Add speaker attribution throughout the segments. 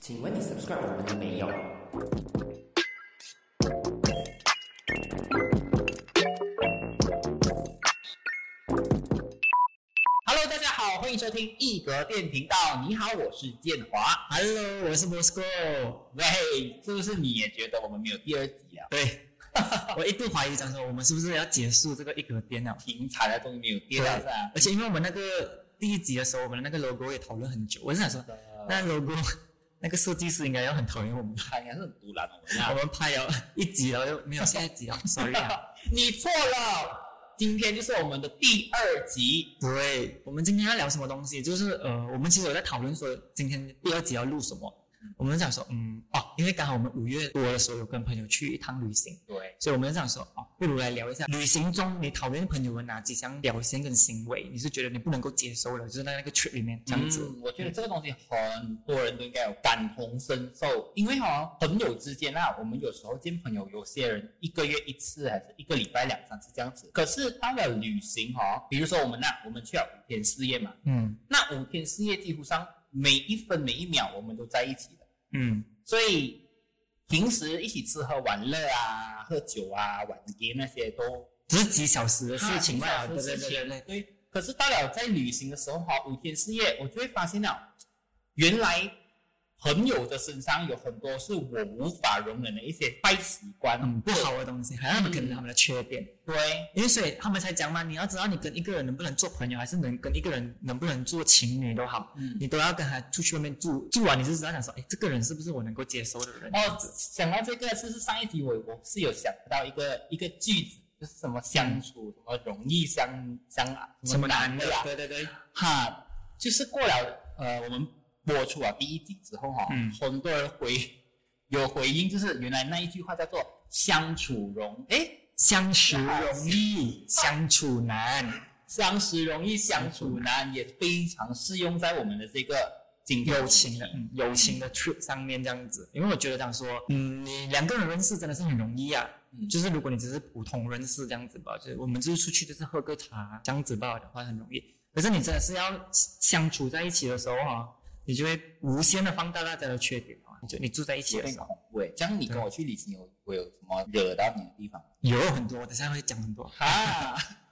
Speaker 1: 请问你 subscribe 我们了没有？
Speaker 2: Hello，大家好，欢迎收听一格电频道。你好，我是建华。
Speaker 3: Hello，我是 Mosco。
Speaker 2: 喂，是不是你也觉得我们没有第二集啊？
Speaker 3: 对， 我一度怀疑，想说我们是不是要结束这个一格编了？
Speaker 2: 挺惨的，终于没有第二集啊！
Speaker 3: 而且因为我们那个第一集的时候，我们的那个 logo 也讨论很久，我是想说，啊那 logo 那个设计师应该要很讨厌我们吧？
Speaker 2: 他应该是很独揽我们
Speaker 3: 我
Speaker 2: 啊。
Speaker 3: 们拍了一集了，又没有下一集了，sorry 啊。
Speaker 2: 你错了，今天就是我们的第二集。
Speaker 3: 对，我们今天要聊什么东西？就是呃，我们其实有在讨论说今天第二集要录什么
Speaker 2: 嗯。
Speaker 3: 我们想说，嗯，哦，因为刚好我们五月多的时候有跟朋友去一趟旅行，
Speaker 2: 对，
Speaker 3: 所以我们想说，哦，不如来聊一下旅行中你讨厌朋友的哪几项表现跟行为，你是觉得你不能够接受的，就是在那个 trip 里面这样子。
Speaker 2: 嗯我觉得这个东西很多人都应该有感同身受，因为哈、哦，朋友之间啊，我们有时候见朋友，有些人一个月一次，还是一个礼拜两三次这样子。可是到了旅行哈、哦，比如说我们那、我们去了五天四夜嘛，
Speaker 3: 嗯
Speaker 2: 那五天四夜几乎上每一分每一秒我们都在一起的，
Speaker 3: 嗯
Speaker 2: 所以平时一起吃喝玩乐啊、喝酒啊、玩 game 那些都
Speaker 3: 只是几小时的事情罢
Speaker 2: 啊
Speaker 3: 了，对啊对对对对。
Speaker 2: 对。可是到了在旅行的时候哈，五天四夜，我就会发现了，原来朋友的身上有很多是我无法容忍的一些坏习惯。
Speaker 3: 嗯，不好的东西，还有他们可能他们的缺点，
Speaker 2: 对，
Speaker 3: 因为所以他们才讲嘛，你要知道你跟一个人能不能做朋友，还是能跟一个人能不能做情侣都好，
Speaker 2: 嗯。
Speaker 3: 你都要跟他出去外面住住完，你就知道想说，哎，这个人是不是我能够接受的人？
Speaker 2: 哦，想到这个，就是上一集我我是有想到一个一个句子，就是什么相处，什么容易相相
Speaker 3: 什么
Speaker 2: 难
Speaker 3: 难的
Speaker 2: 啊，
Speaker 3: 对对对，
Speaker 2: 哈，就是过了呃我们播出啊第一季之后哈、
Speaker 3: 嗯
Speaker 2: 很多人回有回应，就是原来那一句话叫做相处容，诶，
Speaker 3: 相识容易，相处难。
Speaker 2: 相识容易相处难，也非常适用在我们的这个今天
Speaker 3: 友情的，
Speaker 2: 主题
Speaker 3: 嗯，友情的 trip 上面这样子，因为我觉得讲说，嗯，你两个人认识真的是很容易啊，
Speaker 2: 嗯
Speaker 3: 就是如果你只是普通认识这样子吧，就是我们就是出去就是喝个茶这样子吧的话很容易，可是你真的是要相处在一起的时候啊，你就会无限的放大大家的缺点啊，就你住在一起
Speaker 2: 有
Speaker 3: 的
Speaker 2: 点
Speaker 3: 时候
Speaker 2: 恐怖诶，这样你跟我去旅行有我有什么惹到你的地方吗？
Speaker 3: 有很多，我等一下会讲很多。
Speaker 2: 哈。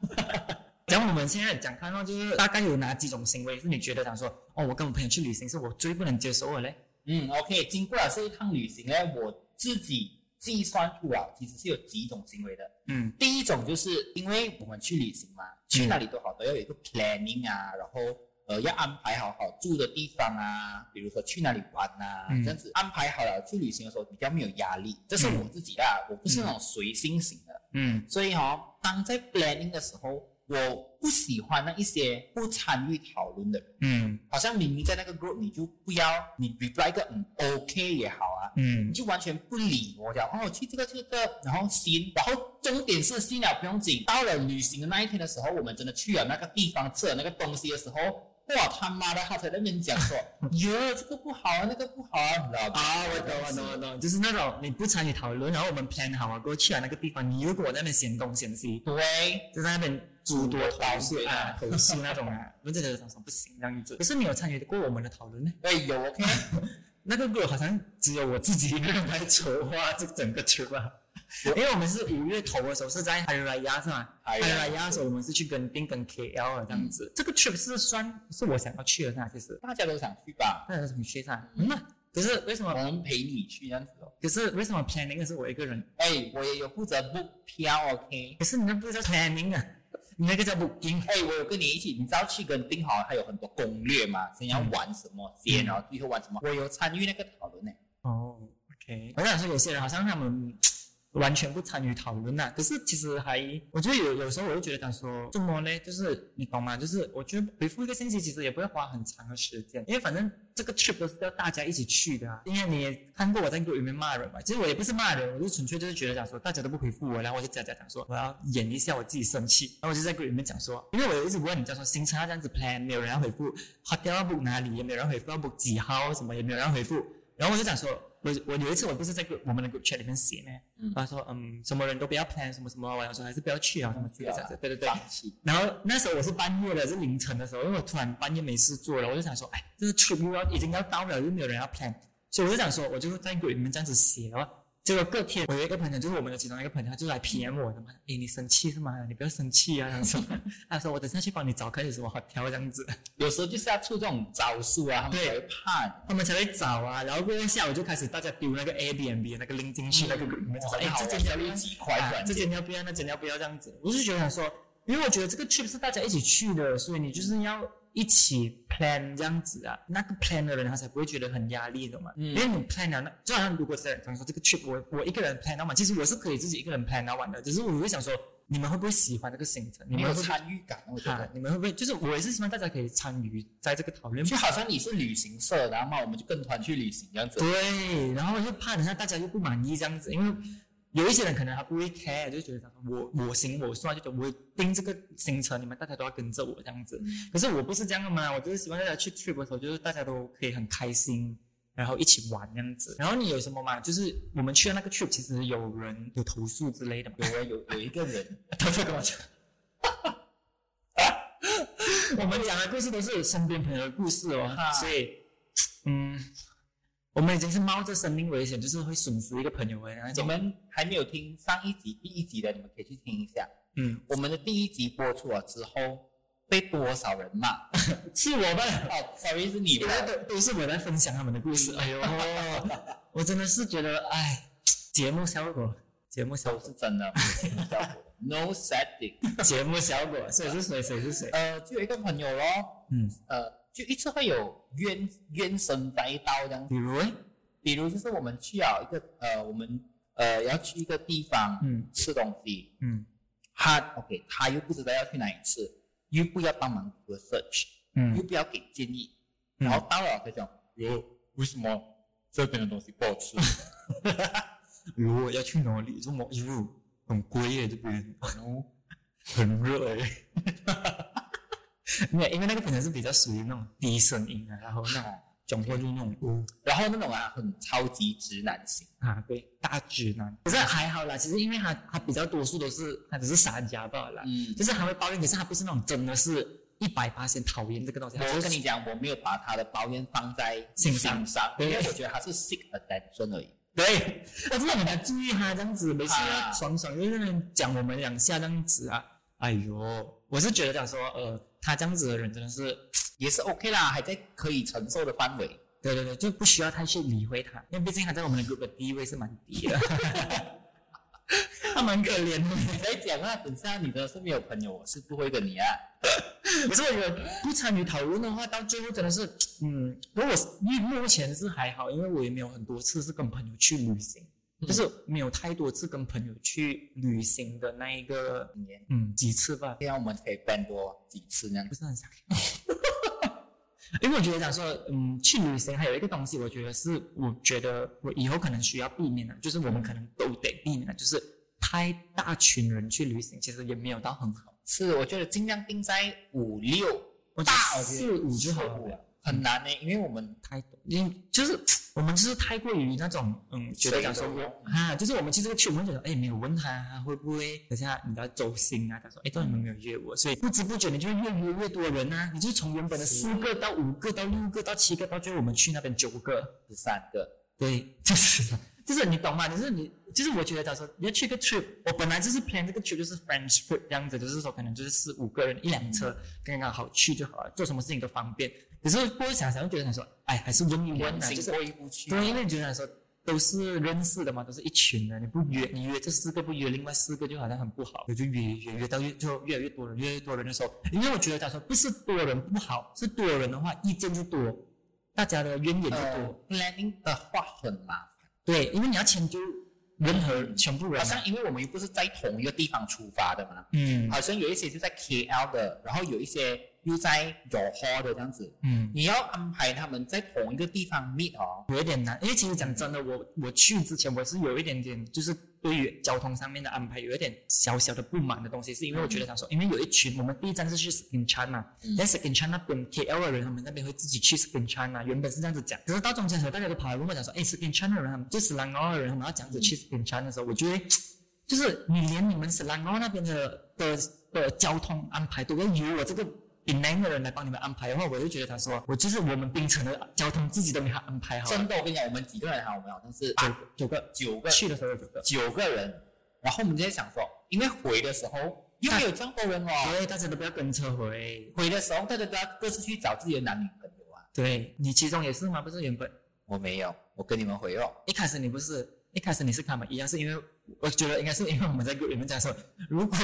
Speaker 3: 讲我们现在讲看到就是大概有哪几种行为是你觉得讲说，哦，我跟我朋友去旅行是我最不能接受的嘞，
Speaker 2: 嗯，OK，经过了这一趟旅行呢，我自己计算出了其实是有几种行为的。
Speaker 3: 嗯。
Speaker 2: 第一种就是因为我们去旅行嘛，去哪里都好，都要有一个 planning 啊，然后呃要安排好好住的地方啊，比如说去哪里玩啊，
Speaker 3: 嗯
Speaker 2: 这样子安排好了，去旅行的时候比较没有压力。这是我自己啊，我不是那种随性型的，
Speaker 3: 嗯
Speaker 2: 所以哦，当在 planning 的时候，我不喜欢那一些不参与讨论的人。
Speaker 3: 嗯
Speaker 2: 好像明明在那个 group，你就不要你 reply 一个嗯 OK 也好啊，你
Speaker 3: 嗯
Speaker 2: 就完全不理我讲哦去这个去这个，然后行，然后重点是行了不用紧，到了旅行的那一天的时候，我们真的去了那个地方吃了那个东西的时候，哇他妈的他在那边讲说哟这个不好啊那个不好啊，你知道吧？
Speaker 3: 啊，我懂，我懂，我懂，就是那种你不参与讨论，然后我们 plan 好啊，过去啊那个地方，你如果在那边嫌东嫌西，
Speaker 2: 对，
Speaker 3: 就在那边诸多投诉
Speaker 2: 对
Speaker 3: 啊
Speaker 2: 啊，
Speaker 3: 投诉那种啊，我真的想说不行这样子。可是你有参与过我们的讨论呢？
Speaker 2: 对有 OK，
Speaker 3: 那个 group 好像只有我自己一个人来筹划这整个 trip 啊，因为我们是五月头的时候是在海瑞亚是吗？
Speaker 2: 哎
Speaker 3: 海
Speaker 2: 呀
Speaker 3: 瑞亚的时候我们是去跟定跟 KL 的这样子，这个 trip 是算是我想要去的是吗？其实
Speaker 2: 大家都想去吧，
Speaker 3: 那很缺啥？
Speaker 2: 嗯
Speaker 3: 嗯啊，可是为什
Speaker 2: 我
Speaker 3: 么？
Speaker 2: 们陪你去这样子哦。
Speaker 3: 可是为什么 planning 的是我一个人？
Speaker 2: 哎，我也有负责 book 票 OK。
Speaker 3: 可是你那不是叫 planning 啊，你那个叫 booking。
Speaker 2: 哎，我有跟你一起，你知道去跟定好，还有很多攻略嘛，先要玩什么先，
Speaker 3: 嗯
Speaker 2: 然后最后玩什么。我有参与那个讨论呢。
Speaker 3: 哦，OK。我想说，有些人好像他们完全不参与讨论呐、可是其实还，我觉得有有时候我就觉得讲说，怎么呢？就是你懂吗？就是我觉得回复一个信息其实也不会花很长的时间，因为反正这个 trip 都是要大家一起去的啊。因为你也看过我在 group 里面骂人嘛，其实我也不是骂人，我就纯粹就是觉得讲说大家都不回复我，然后我就假假讲说我要演一下我自己生气，然后我就在 group 里面讲说，因为我有一直问你讲说行程要这样子 plan，没有人要回复，hotel 要 book 哪里，也没有人回复，要 book 几号什么也没有人要回复。然后我就讲说，我我有一次我不是在 group- 我们的 group chat 里面写呢，
Speaker 2: 嗯
Speaker 3: 他说嗯什么人都不要 plan 什么什么，我想说还是不要去啊什么之类的这样子，对对对。
Speaker 2: 放弃。
Speaker 3: 然后那时候我是半夜的，是凌晨的时候，因为我突然半夜没事做了，我就想说，哎，这个 trip 又要已经要到了，又没有人要 plan，所以我就想说，我就在 group 里面这样子写了。结果隔天，我有一个朋友，就是我们的其中一个朋友，他就来 PM 我的嘛，诶，你生气是吗？你不要生气啊，什么？他说我等下去帮你找看有什么好挑这样子，
Speaker 2: 有时候就是要出这种招数啊，他们
Speaker 3: 对
Speaker 2: 才会怕。
Speaker 3: 他们才会找啊。然后过后下午就开始大家丢那个 Airbnb 的那个 link 进去那个 group 里面，就说
Speaker 2: 哎
Speaker 3: 诶，，嗯哦这
Speaker 2: 这
Speaker 3: 间
Speaker 2: 真
Speaker 3: 要
Speaker 2: 的
Speaker 3: 不
Speaker 2: 是
Speaker 3: 要
Speaker 2: 几款软
Speaker 3: 啊这
Speaker 2: 件，
Speaker 3: 间要不要，那间要不要这样子？我是觉得想说，因为我觉得这个 trip 是大家一起去的，所以你就是要一起 plan 这样子啊。那个 plan 的人他才不会觉得很压力的嘛。
Speaker 2: 嗯
Speaker 3: 因为你 plan 啊了，那就好像如果在比方说这个 trip 我我一个人 plan 到嘛，其实我是可以自己一个人 plan 到完的，只是我会想说，你们会不会喜欢这个行程？你
Speaker 2: 没
Speaker 3: 们
Speaker 2: 有
Speaker 3: 会不会
Speaker 2: 参与感，我觉
Speaker 3: 啊
Speaker 2: 得。
Speaker 3: 你们会不会？就是我也是希望大家可以参与在这个讨论
Speaker 2: 就好像你是旅行社，然后嘛，我们就跟团去旅行这样子。
Speaker 3: 对，然后又怕等下大家又不满意这样子，因为有一些人可能他不会 care，就觉得我我行我素啊，就觉得我定这个行程，你们大家都要跟着我这样子。可是我不是这样的嘛，我就是希望大家去 trip 的时候，就是大家都可以很开心。然后一起玩这样子，然后你有什么嘛？就是我们去的那个 trip，其实有人有投诉之类的嘛，
Speaker 2: 有人有有一个人，
Speaker 3: 他就跟我讲，我们讲的故事都是身边朋友的故事哦，
Speaker 2: 啊
Speaker 3: 所以，嗯，我们已经是冒着生命危险，就是会损失一个朋友的 那
Speaker 2: 你
Speaker 3: 种。
Speaker 2: 们还没有听上一集、第一集的，你们可以去听一下。
Speaker 3: 嗯，
Speaker 2: 我们的第一集播出了之后，被多少人骂？
Speaker 3: 是我们，
Speaker 2: 哦，sorry 是你
Speaker 3: 因
Speaker 2: 们
Speaker 3: 为。都都是我在分享他们的故事。 哎呦，我真的是觉得，哎，节目效果，节目效
Speaker 2: 都
Speaker 3: 果，
Speaker 2: 是真的，没有效果，no setting。
Speaker 3: 节目效果，谁是谁，谁是谁。
Speaker 2: 呃，就有一个朋友咯，
Speaker 3: 嗯，
Speaker 2: 呃，就一直会有冤冤神载道这样子。
Speaker 3: 比如，
Speaker 2: 比如就是我们去了一个呃，我们呃要去一个地方
Speaker 3: 嗯
Speaker 2: 吃东西，
Speaker 3: 嗯
Speaker 2: 他 OK，他又不知道要去哪里吃，又不要帮忙 Google search，又
Speaker 3: 嗯，
Speaker 2: 不要给建议，
Speaker 3: 嗯
Speaker 2: 然后到了他讲，哟，为什么这边的东西不好吃？
Speaker 3: 如果要去哪里，这么一路很贵耶，这边。
Speaker 2: 然后
Speaker 3: 很热哎、 没有，因为那个可能是比较属于那种低声音啊，然后那种讲话就那种呜
Speaker 2: 然后那种啊，很超级直男型，
Speaker 3: 啊，对，大直男。可是还好啦，其实因为他他比较多数都是他只是撒娇罢了啦，
Speaker 2: 嗯，
Speaker 3: 就是还会抱怨，可是他不是那种真的是一百八千讨厌这个东西，他
Speaker 2: 我
Speaker 3: 就
Speaker 2: 跟
Speaker 3: 是
Speaker 2: 你讲，我没有把他的抱怨放在
Speaker 3: 心上
Speaker 2: 上，因
Speaker 3: 对
Speaker 2: 为我觉得他是 sick attention 而已。
Speaker 3: 对，我知道你还注意他这样子，每次
Speaker 2: 啊
Speaker 3: 要爽爽就是那边讲我们两下这样子啊，哎呦，我是觉得讲说呃，他这样子的人真的是
Speaker 2: 也是 OK 啦，还在可以承受的范围。
Speaker 3: 对对对，就不需要太去理会他，因为毕竟他在我们的 group 的地位是蛮低的，他蛮可怜的。
Speaker 2: 你在讲啊，等下你真的是没有朋友，我是不会跟你啊。
Speaker 3: 可是我觉得不参与讨论的话，到最后真的是，嗯，如果是因为目前是还好，因为我也没有很多次是跟朋友去旅行，
Speaker 2: 嗯
Speaker 3: 就是没有太多次跟朋友去旅行的那一个，
Speaker 2: 今天
Speaker 3: 嗯，几次吧，
Speaker 2: 这样我们可以办多几次那样
Speaker 3: 不。是很想。 因为我觉得讲说，嗯，去旅行还有一个东西，我觉得是我觉得我以后可能需要避免的，就是我们可能都得避免的，就是拍大群人去旅行，其实也没有到很好，
Speaker 2: 是，我觉得尽量定在五六
Speaker 3: 我觉得
Speaker 2: 大，我觉
Speaker 3: 四
Speaker 2: 得
Speaker 3: 五就好
Speaker 2: 四五
Speaker 3: 了，
Speaker 2: 啊很难呢、因为我们
Speaker 3: 太多，因为就是我们就是太过于那种，嗯，觉得讲说
Speaker 2: 谁都有
Speaker 3: 我啊，就是我们其实去，我们觉得哎，没有问他会不会等下你要走心啊，他说哎，到底有没有约我，所以不知不觉你就越约越多人啊，你就从原本的四个到五个到六个到七个，到最后我们去那边九个。
Speaker 2: 十三个，
Speaker 3: 对， 就是就是你懂吗？就是你就是我觉得，假如说你要去一个 trip，我本来就是 plan 这个 trip 就是 French trip 这样子，就是说可能就是四五个人一辆车，刚刚好去就好了，做什么事情都方便。可是过一想想，就觉得想说，哎，还是问一问
Speaker 2: 温
Speaker 3: 啊，就
Speaker 2: 馨
Speaker 3: 是
Speaker 2: 过意不去。
Speaker 3: 对，因为你觉得想说都是认识的嘛，都是一群人，你不约，你约这四个不约另外四个，就好像很不好。我就约约约到越就越来越多人，越来越多人的时候，因为我觉得假如说不是多人不好，是多人的话意见就多，大家的怨言就多。
Speaker 2: 呃，planning 的话很麻烦，
Speaker 3: 对，因为你要迁就任何人全部人
Speaker 2: 好
Speaker 3: 嘛，
Speaker 2: 像因为我们又不是在同一个地方出发的嘛，
Speaker 3: 嗯
Speaker 2: 好像有一些就在 KL 的，然后有一些又在 Johor 的这样子，
Speaker 3: 嗯，
Speaker 2: 你要安排他们在同一个地方 meet 哦，
Speaker 3: 有一点难，因为其实讲真的，我我去之前我是有一点点就是。对于交通上面的安排有一点小小的不满的东西，是因为我觉得想说，因为有一群我们第一站是去 Skin Chan 嘛，
Speaker 2: 嗯
Speaker 3: 在 Skin Chan 那边 KL 的人，他们那边会自己去 Skin Chan 啊，原本是这样子讲，可是到中间的时候，大家都跑来问我讲说，哎，Skin Chan 的人，他们就斯兰高的人，他们要这样子
Speaker 2: 嗯
Speaker 3: 去 Skin Chan 的时候，我就会就是你连你们斯兰高那边的的的交通安排都要由我这个槟南的人来帮你们安排的话，我就觉得他说，我就是我们槟城的交通自己都没有安排好，
Speaker 2: 真的，我跟你讲，我们几个人哈，我们好像是八个
Speaker 3: 九个
Speaker 2: 九个
Speaker 3: 啊去的时候有九个，
Speaker 2: 九个人，然后我们就在想说，因为回的时候又没有这么多人哦，
Speaker 3: 对，大家都不要跟车回，
Speaker 2: 回的时候大家都要各自去找自己的男女朋友啊。
Speaker 3: 对你其中也是吗？不是原本
Speaker 2: 我没有，我跟你们回哦，
Speaker 3: 一开始你不是，一开始你是跟他们一样，是因为我觉得应该是因为我们在 group 里面讲说，如果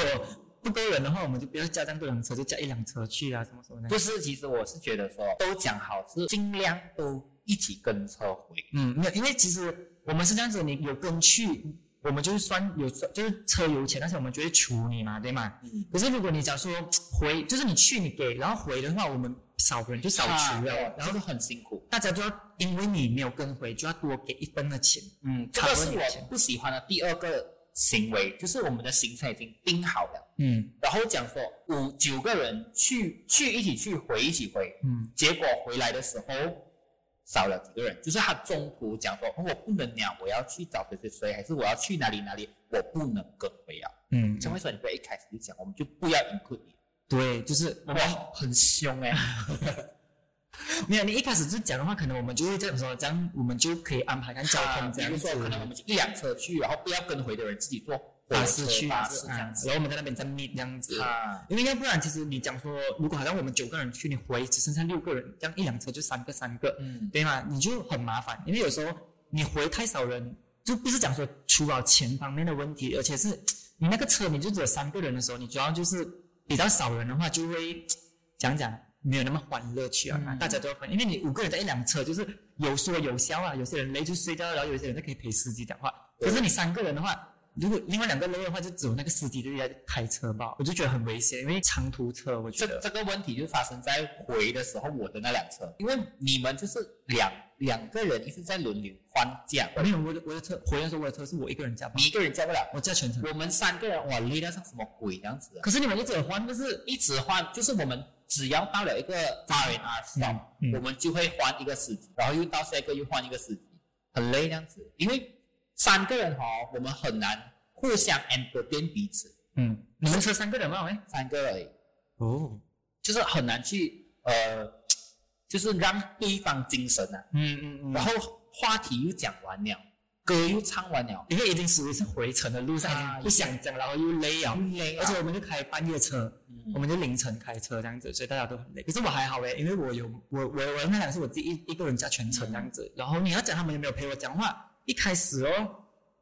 Speaker 3: 不够人的话，我们就不要加这样多辆车，就加一辆车去啊，什么什么的。
Speaker 2: 不是，其实我是觉得说，都讲好是尽量都一起跟车回，
Speaker 3: 嗯，没有，因为其实我们是这样子，你有跟去，我们就是算有算就是车油钱，但是我们就会除你嘛，对吗？
Speaker 2: 嗯
Speaker 3: 可是如果你假如说回，就是你去你给，然后回的话，我们少人就少除了，
Speaker 2: 然后
Speaker 3: 然后
Speaker 2: 就很辛苦。
Speaker 3: 啊大家就要因为你没有跟回，就要多给一分的钱。
Speaker 2: 嗯，这
Speaker 3: 差
Speaker 2: 个
Speaker 3: 不多
Speaker 2: 是
Speaker 3: 你
Speaker 2: 我
Speaker 3: 讲
Speaker 2: 不喜欢的第二个行为，就是我们的行程已经定好了，
Speaker 3: 嗯
Speaker 2: 然后讲说五九个人去去一起去回一起回，
Speaker 3: 嗯，
Speaker 2: 结果回来的时候少了几个人，就是他中途讲说、哦我不能了，我要去找谁谁谁，还是我要去哪里哪里，我不能跟回啊。
Speaker 3: 嗯，
Speaker 2: 陈慧说你不要一开始就讲，我们就不要 include 你，
Speaker 3: 对，就是我们
Speaker 2: 哇，很凶哎、
Speaker 3: 欸 没有你一开始就讲的话，可能我们就会这样说，这样我们就可以安排看交
Speaker 2: 啊
Speaker 3: 通这
Speaker 2: 比
Speaker 3: 样
Speaker 2: 如
Speaker 3: 子
Speaker 2: 说，可能我们就一辆车去，然后不要跟回的人自己坐
Speaker 3: 巴
Speaker 2: 火
Speaker 3: 士
Speaker 2: 车
Speaker 3: 去啊
Speaker 2: 巴
Speaker 3: 士
Speaker 2: 士这样子
Speaker 3: 然后我们在那边再 meet 这样子。
Speaker 2: 啊。
Speaker 3: 因为要不然，其实你讲说，如果好像我们九个人去，你回只剩下六个人，这样一辆车就三个三个，
Speaker 2: 嗯，
Speaker 3: 对吗？你就很麻烦，因为有时候你回太少人，就不是讲说除了钱方面的问题，而且是你那个车你就只有三个人的时候，你主要就是比较少人的话，就会讲讲没有那么欢乐去啊，
Speaker 2: 嗯
Speaker 3: 大家都要分，因为你五个人在一辆车，就是有说有笑啊，有些人累就睡觉，然后有些人就可以陪司机讲话。可是你三个人的话，如果另外两个累的话，就只有那个司机在开车吧，我就觉得很危险，因为长途车，我觉
Speaker 2: 这
Speaker 3: 得
Speaker 2: 这个问题就发生在回的时候，我的那辆车，因为你们就是两两个人一直在轮流换驾，
Speaker 3: 没有我的我的车回来的时候，我的车是我一个人驾吧
Speaker 2: 你，一个人驾不了。
Speaker 3: 我驾全程。
Speaker 2: 我们三个人哇累到像什么鬼这样子啊，
Speaker 3: 可是你们一直有换，就是
Speaker 2: 一直换，就是我们只要到了一个 R N R stop，、
Speaker 3: 嗯嗯
Speaker 2: 我们就会换一个司机，然后又到下一个又换一个司机，很累这样子。因为三个人哦，我们很难互相 entertain 彼此，
Speaker 3: 嗯，你们车三个人嘛，喂，
Speaker 2: 三个而已，
Speaker 3: 哦，
Speaker 2: 就是很难去呃，就是让对方精神啊。
Speaker 3: 嗯嗯嗯，
Speaker 2: 然后话题又讲完了，歌又唱完了，
Speaker 3: 因为已经属于是回程的路上，
Speaker 2: 啊
Speaker 3: 已经不想讲，然后又累啊，
Speaker 2: 累
Speaker 3: 而
Speaker 2: 而
Speaker 3: 且
Speaker 2: 且
Speaker 3: 我们就开半夜车，我
Speaker 2: 嗯
Speaker 3: 们就凌晨开车这样子，所以大家都很累。可是我还好欸诶，因为我有我我我那两次我自己一一个人驾全程这样子。然后你要讲他们有没有陪我讲话，一开始哦，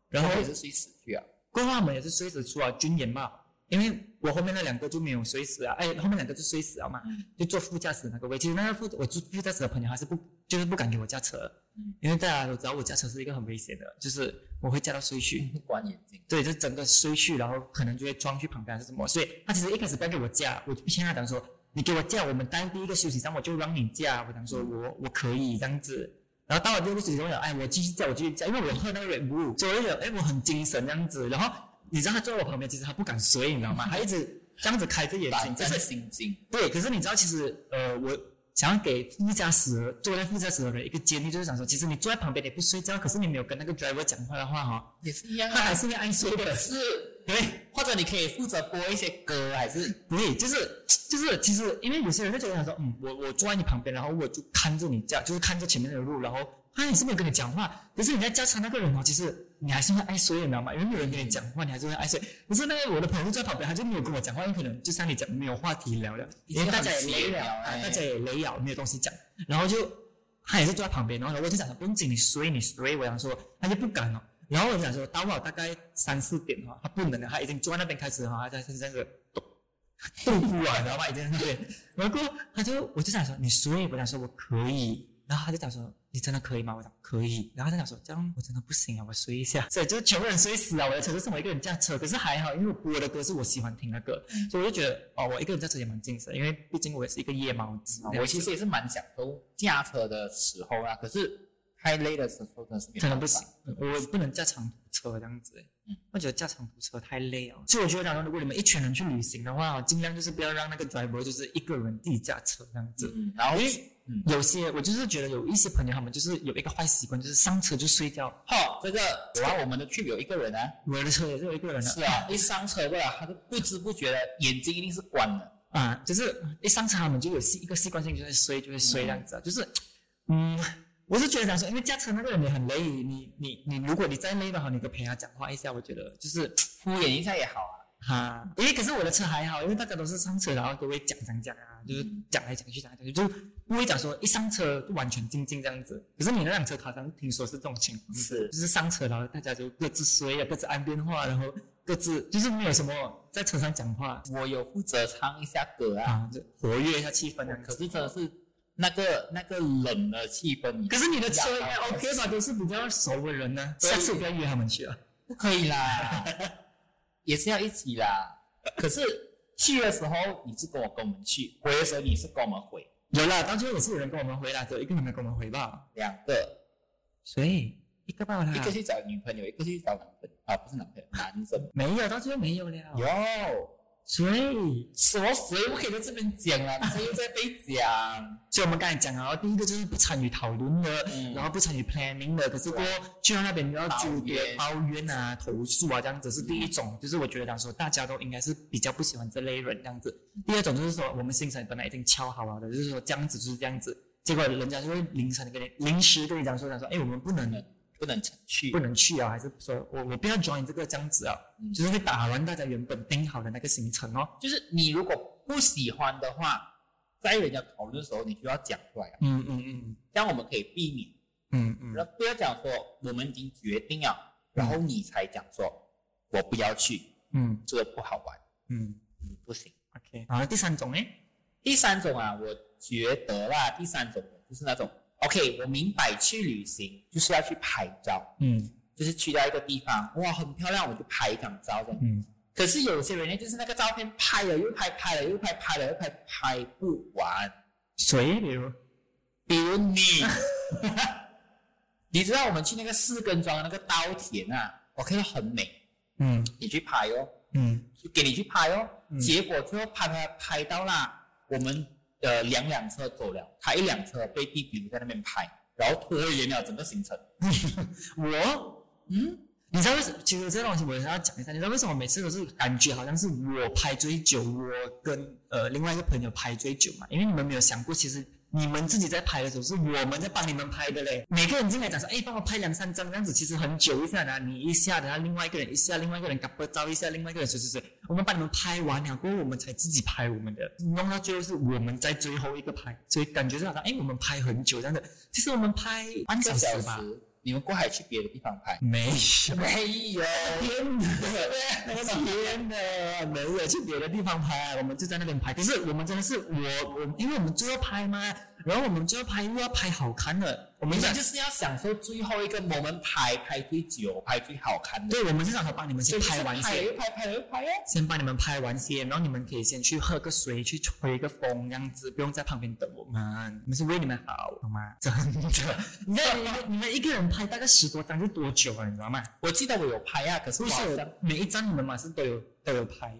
Speaker 3: 然后
Speaker 2: 我也是睡死去啊，
Speaker 3: 规划我们也是随时出啊军演嘛，因为我后面那两个就没有随时啊，哎，后面两个就随时啊嘛，
Speaker 2: 嗯
Speaker 3: 就坐副驾驶那个位。其实那个副我坐副驾驶的朋友还是不就是不敢给我驾车
Speaker 2: 嗯，
Speaker 3: 因为大家都知道我驾车是一个很危险的，就是我会驾到睡去。
Speaker 2: 关眼睛，
Speaker 3: 对，就整个睡去，然后可能就会撞去旁边还是什么。所以他其实一开始不要给我嫁，我就骗他讲说，你给我嫁，我们单第一个休息站我就让你嫁。我讲说我我可以这样子。然后到了第二个休息站，我讲哎，我继续嫁，我继续嫁，因为我喝那个 Red Bull，所以我就觉得哎我很精神这样子。然后你知道他坐在我旁边，其实他不敢睡，你知道吗？他一直这样子开着眼睛
Speaker 2: 反，
Speaker 3: 这
Speaker 2: 正
Speaker 3: 样
Speaker 2: 是
Speaker 3: 子
Speaker 2: 心经，
Speaker 3: 对，可是你知道，其实呃，我想要给副驾驶坐在副驾驶的人一个建议，就是想说，其实你坐在旁边你不睡觉，可是你没有跟那个 driver 讲话的话哈、
Speaker 2: 也是一样
Speaker 3: 他
Speaker 2: 啊，
Speaker 3: 还是会爱睡的。
Speaker 2: 是，
Speaker 3: 对，
Speaker 2: 或者你可以负责播一些歌，还是
Speaker 3: 对，就是就是，其实因为有些人就觉得想说，嗯，我我坐在你旁边，然后我就看着你驾，就是看着前面的路，然后他也是没有跟你讲话，可是你在驾车那个人哦，其实你还是会爱睡的，你知道吗？因为没有人跟你讲话，你还是会爱睡。可是那个我的朋友在旁边，他就没有跟我讲话，因为可能就像你讲，没有话题聊了，因为大家也累了，啊大家也累了，没有东西讲，然后就哎他也是坐在旁边，然后我就想说不用紧，你睡你睡，我想说他就不敢了。然后我就想说，到了大概三四点哈，他不能了，他已经坐在那边开始哈，他他是这样子动不啊，你知道吧？已经在那边，然后他就我就想说你睡，我想说我可以，然后他就讲说你真的可以吗？我讲可以， 然后他讲说这样我真的不行啊，我睡一下，所以就全部人睡死啊，我的车就剩我一个人驾车，可是还好，因为我播的歌是我喜欢听的歌，所以我就觉得哦，我一个人驾车也蛮精神，因为毕竟我也是一个夜猫子，
Speaker 2: 啊嗯我其实也是蛮享受驾车的时候啊，可是太累的时候真的是没办法
Speaker 3: 可能不行，我不能驾长途车这样子。
Speaker 2: 嗯
Speaker 3: 我觉得驾长途车太累了，所以我觉得，假如如果你们一群人去旅行的话，尽量就是不要让那个 driver 就是一个人自己驾车这样子。
Speaker 2: 嗯，然后
Speaker 3: 因为有些我就是觉得有一些朋友他们就是有一个坏习惯，就是上车就睡觉。
Speaker 2: 哈，这个有啊，我们的 trip 有一个人啊，啊
Speaker 3: 我的车也是有一个人的，
Speaker 2: 是啊，一上车过来，他就不知不觉的眼睛一定是关的，
Speaker 3: 啊，就是一上车他们就有习一个习惯性就会睡就会睡这样子啊，就是嗯，我是觉得这样说，因为驾车那个人也很累，你你你，如果你再累的话，你都陪他讲话一下，我觉得就是
Speaker 2: 敷衍一下也好啊。
Speaker 3: 哈，因为可是我的车还好，因为大家都是上车然后都会讲讲讲啊，就是讲来讲去讲来讲去，就不会讲说一上车就完全静静这样子。可是你那辆车好像听说是这种情况，
Speaker 2: 是
Speaker 3: 就是上车然后大家就各自睡啊，各自安电话，然后各自就是没有什么在车上讲话
Speaker 2: 我有负责唱一下歌啊，
Speaker 3: 啊，就活跃一下气氛这样
Speaker 2: 可
Speaker 3: 子。
Speaker 2: 是真的是那个那个冷的气氛，
Speaker 3: 可是你的车应该 OK 吧？都是比较熟的人呢、
Speaker 2: 对
Speaker 3: 下次不要约他们去啊。
Speaker 2: 不可以啦，也是要一起啦。可是去的时候你是跟我跟我们去，回的时候你是跟我们回，
Speaker 3: 有啦，当初也是有人跟我们回啦，只有一个人没跟我们回吧？
Speaker 2: 两个，
Speaker 3: 谁？一个罢了啊。
Speaker 2: 一个去找女朋友，一个去找男朋友啊，不是男朋友，男生。
Speaker 3: 没有，到最后没有了。
Speaker 2: 有
Speaker 3: 所以，
Speaker 2: 什么谁不可以在这边讲啊？你这又在被讲，
Speaker 3: 所以我们刚才讲啊，第一个就是不参与讨论的，
Speaker 2: 嗯
Speaker 3: 然后不参与 planning 的。可是过后去到那边你要纠结、
Speaker 2: 抱
Speaker 3: 抱怨啊、投诉啊，这样子是第一种。就是我觉得讲说，大家都应该是比较不喜欢这类人这样子。第二种就是说，我们行程本来已经敲好了的，就是说这样子就是这样子，结果人家就会凌晨跟你临时跟你讲说，讲说，哎，我们不能
Speaker 2: 不能去
Speaker 3: 不。能去啊，还是说我我不要 join 这个这样子啊，
Speaker 2: 嗯
Speaker 3: 就是会打乱大家原本定好的那个行程哦。
Speaker 2: 就是你如果不喜欢的话，在人家讨论的时候，你就要讲出来啊，
Speaker 3: 嗯嗯嗯
Speaker 2: 这样我们可以避免。
Speaker 3: 嗯嗯
Speaker 2: 然后不要讲说我们已经决定了，然后你才讲说我不要去，
Speaker 3: 嗯
Speaker 2: 这个不好玩，
Speaker 3: 嗯。
Speaker 2: 嗯，不行。
Speaker 3: OK，然后第三种呢？
Speaker 2: 第三种啊，我觉得啦，第三种就是那种 OK，我明白去旅行就是要去拍照，
Speaker 3: 嗯
Speaker 2: 就是去到一个地方，哇，很漂亮，我就拍一张照这样。
Speaker 3: 嗯，
Speaker 2: 可是有些人呢，就是那个照片拍了又拍，拍了又拍，拍了又拍，拍不完。
Speaker 3: 谁？比如
Speaker 2: 比如你，你知道我们去那个四根庄的那个稻田啊，我看到很美，
Speaker 3: 嗯
Speaker 2: 你去拍哦，
Speaker 3: 嗯
Speaker 2: 就给你去拍哦。
Speaker 3: 嗯
Speaker 2: 结果最后拍拍拍到啦，我们呃两辆车走了，他一辆车被地比在那边拍，然后拖延了整个行程。
Speaker 3: 我，
Speaker 2: 嗯，
Speaker 3: 你知道为什么？其实这个东西我也要讲一下，你知道为什么每次都是感觉好像是我拍最久，我跟呃另外一个朋友拍最久嘛？因为你们没有想过，其实。你们自己在拍的时候，是我们在帮你们拍的嘞。每个人进来讲说：“哎，帮我拍两三张，这样子其实很久一下的啊。你一下的，然后另外一个人一下，另外一个人嘎巴照一下，另外一个人谁谁谁，我们帮你们拍完了过后，我们才自己拍我们的，弄到最后是我们在最后一个拍，所以感觉是好像哎，我们拍很久这样的。其实我们拍半
Speaker 2: 一
Speaker 3: 小
Speaker 2: 个小
Speaker 3: 时吧，
Speaker 2: 时，你们过海去别的地方拍？
Speaker 3: 没有，
Speaker 2: 没有，
Speaker 3: 天哪，天哪，没有去别的地方拍，我们就在那边拍。可是我们真的是我我，因为我们就要拍嘛，然后我们就要拍，又要拍好看的。
Speaker 2: 我
Speaker 3: 我们
Speaker 2: 们
Speaker 3: 想，
Speaker 2: 就是要享受最后一个 moment 拍拍最久、拍最好看的。
Speaker 3: 对，我们是想说帮你们
Speaker 2: 所
Speaker 3: 先
Speaker 2: 以就是
Speaker 3: 拍完
Speaker 2: 拍了
Speaker 3: 先，
Speaker 2: 又拍，拍了又拍哦。
Speaker 3: 先帮你们拍完先，然后你们可以先去喝个水，去吹个风，这样子不用在旁边等我们。我们是为你们好，懂吗？真的， 你知道你们你们一个人拍大概十多张是多久啊？你知道吗？
Speaker 2: 我记得我有拍啊，可是
Speaker 3: 不
Speaker 2: 我好
Speaker 3: 是
Speaker 2: 像
Speaker 3: 每一张你们马是都有都有拍。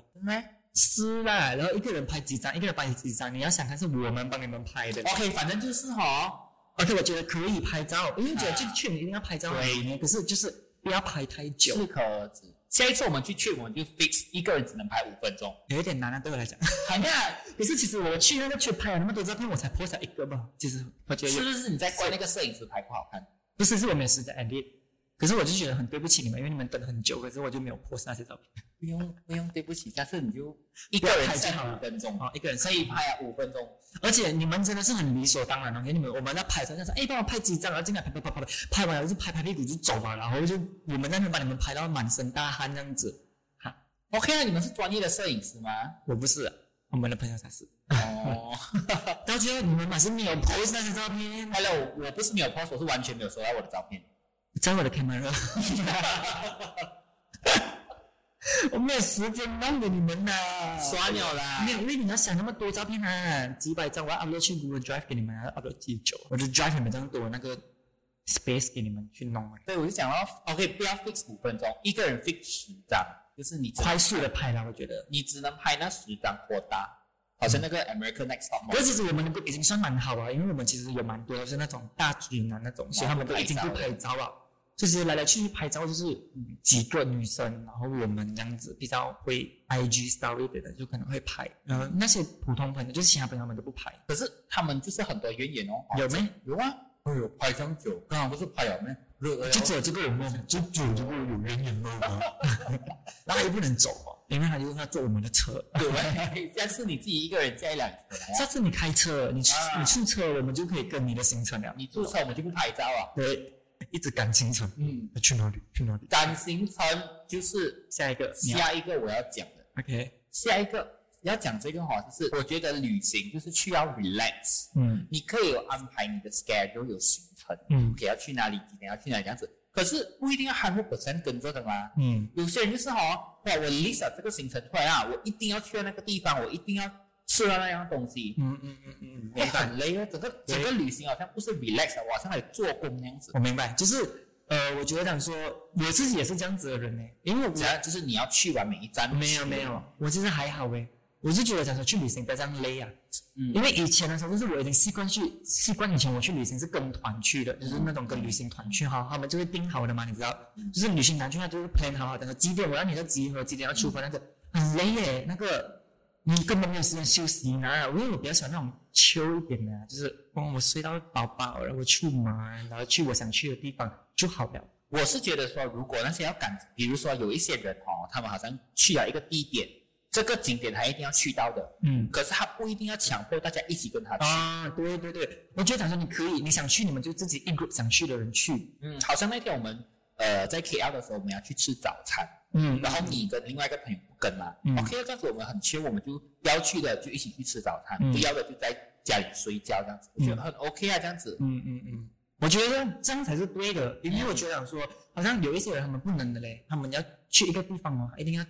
Speaker 3: 是啦，然后一个人拍几张，一个人拍几张，你要想看是我们帮你们拍的。
Speaker 2: OK，反正就是哦，
Speaker 3: 而且我觉得可以拍照，因为觉得
Speaker 2: 啊
Speaker 3: 去去你一定要拍照，
Speaker 2: 对，
Speaker 3: 可是就是不要拍太久，
Speaker 2: 适可而止。下一次我们去去，我们就 fix 一个人只能拍五分钟。
Speaker 3: 有一点难啊，对我来讲。
Speaker 2: 好像
Speaker 3: 可是其实我去那个去拍了那么多照片，我才 p 才一个吧。其实我觉得
Speaker 2: 是
Speaker 3: 有
Speaker 2: 不是你在怪那个摄影师拍不好看？
Speaker 3: 不是是我没有时间 edit，可是我就觉得很对不起你们，因为你们等很久，可是我就没有 p 那些照片。
Speaker 2: 不用不用，对不起，下次你就一
Speaker 3: 个
Speaker 2: 个人
Speaker 3: 人拍就好
Speaker 2: 拍
Speaker 3: 了
Speaker 2: 五分钟，
Speaker 3: 哦，一个人
Speaker 2: 可以拍啊五分钟。
Speaker 3: 而且你们真的是很理所当然哦，给你们我们在拍照，他说哎帮我拍几张，然后进来拍拍拍拍，拍完了就拍拍屁股就走嘛，然后就我们那边把你们拍到满身大汗这样子。
Speaker 2: OK 啊，你们是专业的摄影 师吗？
Speaker 3: 我不是、我们的朋友才是。
Speaker 2: 哦
Speaker 3: 到最后你们满是没有 pose 那些照片，
Speaker 2: ，Hello，我不是没有 post，我是完全没有收到我的照片。
Speaker 3: 在我的 camera，我没有时间弄给你们呐、
Speaker 2: 刷鸟啦
Speaker 3: 没有，因为你要想那么多照片啊，几百张，我要 upload 去 Google Drive 给你们，要 upload 几久？我就 drive 你们这样多那个 space 给你们去弄啊。
Speaker 2: 对，我就讲到 OK，不要 fix 五分钟，一个人 fix 十张，就是你只能
Speaker 3: 快速的拍了，我觉得。
Speaker 2: 你只能拍那十张扩大，好像那个 American Next Top
Speaker 3: 可是其实我们能够已啊经算蛮好了，因为我们其实有蛮多都是那种大直男那种，所以他们都已经不拍照了。啊就是来来去去拍照，就是嗯几个女生，然后我们这样子比较会 IG story 的人，就可能会拍。嗯、那些普通朋友，就是其他朋友他们都不拍，
Speaker 2: 可是他们就是很多怨言哦。
Speaker 3: 有没？
Speaker 2: 有啊，哎呦，拍这么久，刚刚不是拍了没？热哦了
Speaker 3: 就只有这个有没有？就只有这个有人有没有？ 然后他又不能走哦，因为他就是要坐我们的车。
Speaker 2: 对，下次你自己一个人加一辆车来啊
Speaker 3: 下次你开车，你出、
Speaker 2: 啊
Speaker 3: 你出车，我们就可以跟你的行程了。
Speaker 2: 你注册我们就不拍照啊。
Speaker 3: 对，一直赶行程，
Speaker 2: 嗯，
Speaker 3: 去哪里？去哪里？
Speaker 2: 赶行程就是
Speaker 3: 下一个你要
Speaker 2: 下一个我要讲的，
Speaker 3: OK，
Speaker 2: 下一个要讲这个哈，就是我觉得旅行就是去要 relax，
Speaker 3: 嗯
Speaker 2: 你可以有安排你的 schedule 有行程，
Speaker 3: 嗯
Speaker 2: 给要去哪里，几点要去哪里这样子，可是不一定要 hundred percent 跟着的嘛。
Speaker 3: 嗯
Speaker 2: 有些人就是哈、哦，哇，我 list 了这个行程出来啊，我一定要去到那个地方，我一定要吃到那样东西，
Speaker 3: 嗯嗯嗯嗯，
Speaker 2: 会很累啊。整个
Speaker 3: 对
Speaker 2: 整个旅行好像不是 relax，啊我好像还做工那样子。
Speaker 3: 我明白，就是呃，我觉得想说，我自己也是这样子的人呢，因为
Speaker 2: 只
Speaker 3: 我
Speaker 2: 要就是你要去完每一站，
Speaker 3: 没有没有，我其实还好诶，我就觉得想说去旅行不要这样累啊，
Speaker 2: 嗯
Speaker 3: 因为以前的时候就是我已经习惯去习惯以前我去旅行是跟团去的，就是那种跟旅行团去哈，他们就会定好的嘛，你知道，就是旅行团去那就是 plan 好好的，几点我要你要集合，几点要出发，那个很累耶，那个你根本没有时间休息哪有？因为我比较喜欢那种 chill 一点的，就是哦，我睡到饱饱，然后我出门，然后去我想去的地方就好了。
Speaker 2: 我是觉得说，如果那些要赶，比如说有一些人哦，他们好像去了一个地点，这个景点他一定要去到的，
Speaker 3: 嗯。
Speaker 2: 可是他不一定要强迫大家一起跟他去。
Speaker 3: 啊，对对对，我觉得他说你可以，你想去你们就自己一 group 想去的人去，
Speaker 2: 嗯，好像那天我们呃在 KL 的时候，我们要去吃早餐，
Speaker 3: 嗯
Speaker 2: 然后你跟另外一个朋友不跟嘛、
Speaker 3: 嗯
Speaker 2: o k 这样子我们很缺，我们就要去的就一起去吃早餐，
Speaker 3: 嗯
Speaker 2: 不要的就在家里睡觉这样子，我觉得很 OK 啊，这样子。
Speaker 3: 嗯嗯嗯，我觉得这样才是对的，因为我觉得说，好像有一些人他们不能的嘞，他们要去一个地方哦，一定要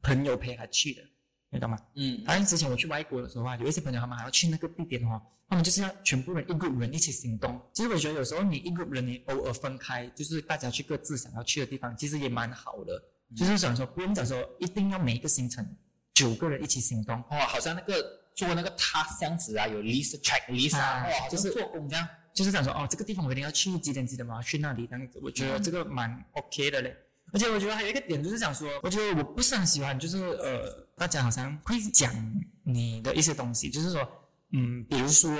Speaker 3: 朋友陪他去的，你懂吗？
Speaker 2: 嗯
Speaker 3: 好像之前我去外国的时候啊，有一些朋友他们还要去那个地点哦，他们就是要全部人一 group 人一起行动。其实我觉得有时候你一 group 人你偶尔分开，就是大家去各自想要去的地方，其实也蛮好的。就是想说，不用讲说一定要每一个行程九个人一起行动，
Speaker 2: 哦，好像那个做那个 task 这样子啊，有 list check list 啊，
Speaker 3: 啊
Speaker 2: 哇，好
Speaker 3: 就
Speaker 2: 像
Speaker 3: 是
Speaker 2: 做工这样。
Speaker 3: 就是想说哦，这个地方我一定要去，几点几点我要去那里，这样子，我觉得这个蛮 OK 的嘞。而且我觉得还有一个点就是想说，我觉得我不是很喜欢，就是呃，大家好像会讲你的一些东西，就是说，嗯，比如说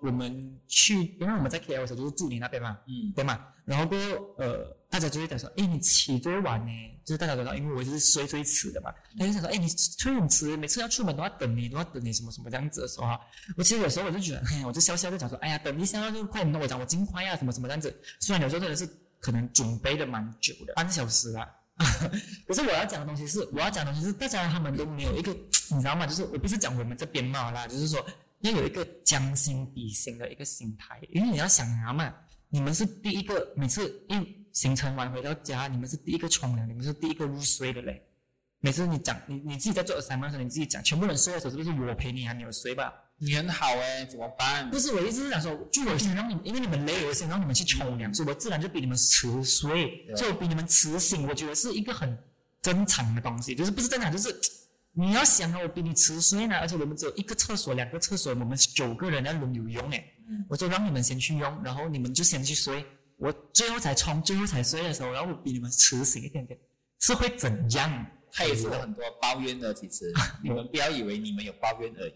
Speaker 3: 我们去，因为我们在 KL 的时候就是住你那边嘛，
Speaker 2: 嗯
Speaker 3: 对嘛？然后过后呃，大家就会讲说，诶，你起最晚呢，就是大家都知道，因为我就是睡最迟的嘛，他就想说，哎诶，你睡很迟，每次要出门都要等你，都要等你什么什么这样子的时候啊，我其实有时候我就觉得，哎呀，我就笑笑就讲说，哎呀，等一下就快点弄我讲我尽快呀，什么什么这样子。虽然有时候真的是可能准备的蛮久的，半小时啦。 可是我要讲的东西是，我要讲的东西是，大家他们都没有一个，你知道吗？就是我不是讲我们这边嘛啦，就是说要有一个将心比心的一个心态，因为你要想啊嘛，你们是第一个，每次一行程完回到家，你们是第一个冲凉，你们是第一个入睡的嘞。每次你讲你你自己在做 assignment 的时候，你自己讲，全部人睡的时候是不是我陪你啊？你有睡吧？
Speaker 2: 你很好哎、怎么办？
Speaker 3: 不是，我意思是想说，就我先让你们，因为你们累，我先让你们去冲凉，所以我自然就比你们迟睡，
Speaker 2: 对
Speaker 3: 所以我比你们迟醒，我觉得是一个很正常的东西，就是不是正常，就是你要想啊，我比你迟睡呢，而且我们只有一个厕所、两个厕所，我们九个人要轮流用诶，
Speaker 2: 嗯
Speaker 3: 我就让你们先去用，然后你们就先去睡，我最后才冲，最后才睡的时候，然后我比你们迟醒一点点，是会怎样？
Speaker 2: 他也是有很多抱怨的，其 实你们不要以为你们有抱怨而已。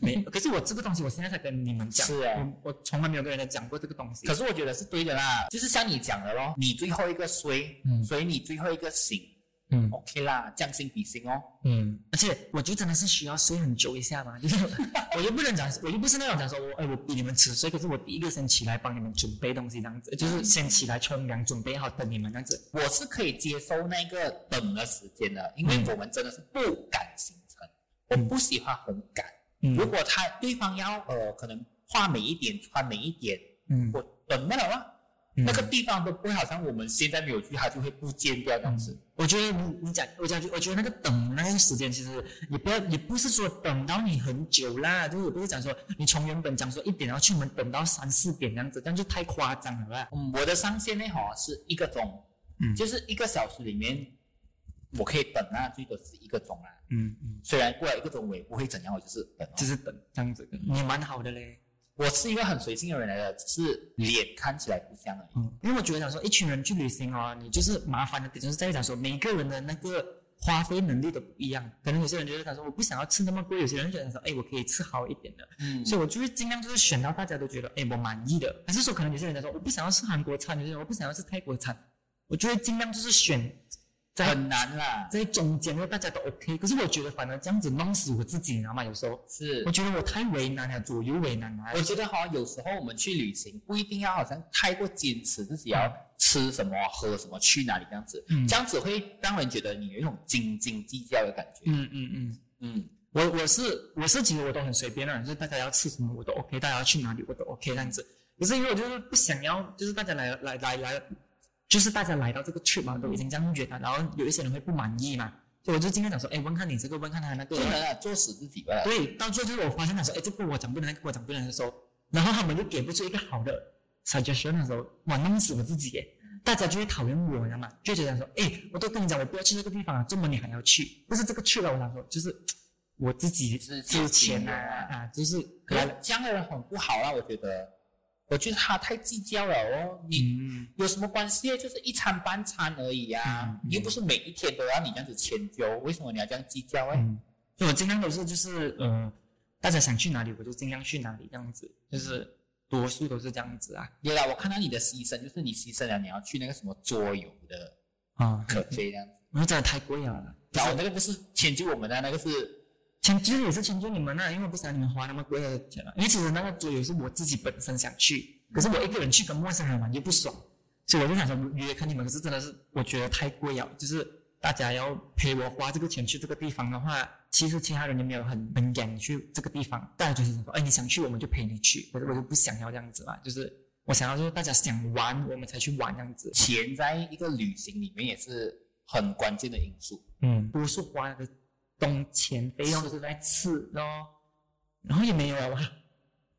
Speaker 3: 没，可是我这个东西，我现在才跟你们讲，
Speaker 2: 是啊
Speaker 3: 我我从来没有跟人家讲过这个东 西。
Speaker 2: 可是我觉得是对的啦，就是像你讲的咯，嗯你最后一个衰，
Speaker 3: 嗯
Speaker 2: 所以你最后一个醒
Speaker 3: 嗯。
Speaker 2: ，OK 啦，将心比心哦。
Speaker 3: 嗯，而且我就真的是需要睡很久一下嘛，就是 我就不能讲，我就不是那种讲说我哎我比你们迟睡，可是我第一个先起来帮你们准备东西这样子，就是先起来冲凉，准备好等你们这样子。
Speaker 2: 我是可以接受那个等的时间的，因为
Speaker 3: 嗯
Speaker 2: 我们真的是不赶行程，
Speaker 3: 嗯
Speaker 2: 我不喜欢很赶。如
Speaker 3: 嗯
Speaker 2: 果他对方要呃可能画美一点，穿美一点，
Speaker 3: 嗯，
Speaker 2: 我等不了啊。
Speaker 3: 嗯
Speaker 2: 那个地方都不会好像我们现在没有去，它就会不见掉这样子。
Speaker 3: 我觉得你你讲，我讲，我觉得那个等那个时间，其实也不要，也不是说等到你很久啦，就是也不是讲说你从原本讲说一点要出门，等到三四点这样子，这样就太夸张了啦。
Speaker 2: 嗯，我的上限呢，哈是一个钟，
Speaker 3: 嗯
Speaker 2: 就是一个小时里面，我可以等啊，最多是一个钟啊。
Speaker 3: 嗯嗯，
Speaker 2: 虽然过了一个钟，我也不会怎样，我就是等、哦。
Speaker 3: 就是等这样子，也蛮好的嘞。
Speaker 2: 我是一个很随性的人来的，只是脸看起来不像而已。
Speaker 3: 嗯，因为我觉得讲说一群人去旅行哦，你就是麻烦的点就是在于讲说每个人的那个花费能力都不一样，可能有些人觉得讲说我不想要吃那么贵，有些人觉得说哎我可以吃好一点的，
Speaker 2: 嗯
Speaker 3: 所以我就会尽量就是选到大家都觉得哎我满意的，还是说可能有些人在说我不想要吃韩国餐，有些人我不想要吃泰国餐，我就会尽量就是选在
Speaker 2: 很难啦，
Speaker 3: 在中间，因为大家都 OK，可是我觉得反而这样子弄死我自己，你知道吗？有时候
Speaker 2: 是
Speaker 3: 我。觉得我太为难了，左右为难了。
Speaker 2: 我觉得哈，有时候我们去旅行不一定要好像太过坚持自己要吃什么、喝什么、去哪里这样子，
Speaker 3: 嗯
Speaker 2: 这样子会让人觉得你有一种斤斤计较的感觉。
Speaker 3: 嗯嗯嗯，
Speaker 2: 嗯，
Speaker 3: 我我是我是其实我都很随便的人，就是大家要吃什么我都 OK，大家要去哪里我都 OK 这样子。可是因为我就是不想要，就是大家来来来来，就是大家来到这个 trip 嘛，都已经这样远了，然后有一些人会不满意嘛，所以我就尽量讲说，哎，问看你这个，问看他那个
Speaker 2: 不，能啊，做死自己吧。
Speaker 3: 对，到最后就是我发现他说，哎，这个我讲不能，那个我讲不能的时候，然后他们就给不出一个好的 suggestion 的时候，哇，弄死我自己耶！大家就会讨厌我，你知道吗？就觉得说，哎，我都跟你讲，我不要去这个地方了，这么你还要去？不是这个去了，我想说，就是嗯我自己
Speaker 2: 自己
Speaker 3: 之前
Speaker 2: 的
Speaker 3: 啊啊，就是
Speaker 2: 可能这样的人很不好啦，我觉得，我觉得他太计较了哦，你。
Speaker 3: 嗯，
Speaker 2: 有什么关系？啊就是一餐半餐而已啊，
Speaker 3: 嗯嗯
Speaker 2: 又不是每一天都要你这样子迁就，为什么你要这样计较哎、
Speaker 3: 嗯，所以我尽量都是就是呃，大家想去哪里我就尽量去哪里，这样子，就是多数都是这样子啊
Speaker 2: 对啦，我看到你的牺牲，就是你牺牲了，你要去那个什么桌游的
Speaker 3: 啊，
Speaker 2: 咖啡这样子。
Speaker 3: 我就真的太贵了啦。
Speaker 2: 然后那个不是迁就我们的，那个是
Speaker 3: 迁就是也是迁就你们啊，因为我不想你们花那么贵的钱啊了、因为其实那个桌游是我自己本身想去，可是我一个人去跟陌生人啊玩就不爽，所以我就想说约看你们。可是真的是我觉得太贵了，就是大家要陪我花这个钱去这个地方的话，其实其他人也没有很很敢去这个地方，大家就是想说，哎，你想去我们就陪你去，可是我就不想要这样子嘛，就是我想要就是大家想玩我们才去玩这样子，
Speaker 2: 钱在一个旅行里面也是很关键的因素。
Speaker 3: 嗯，多数花的工钱费用都是在吃咯，然后也没有啊了哇。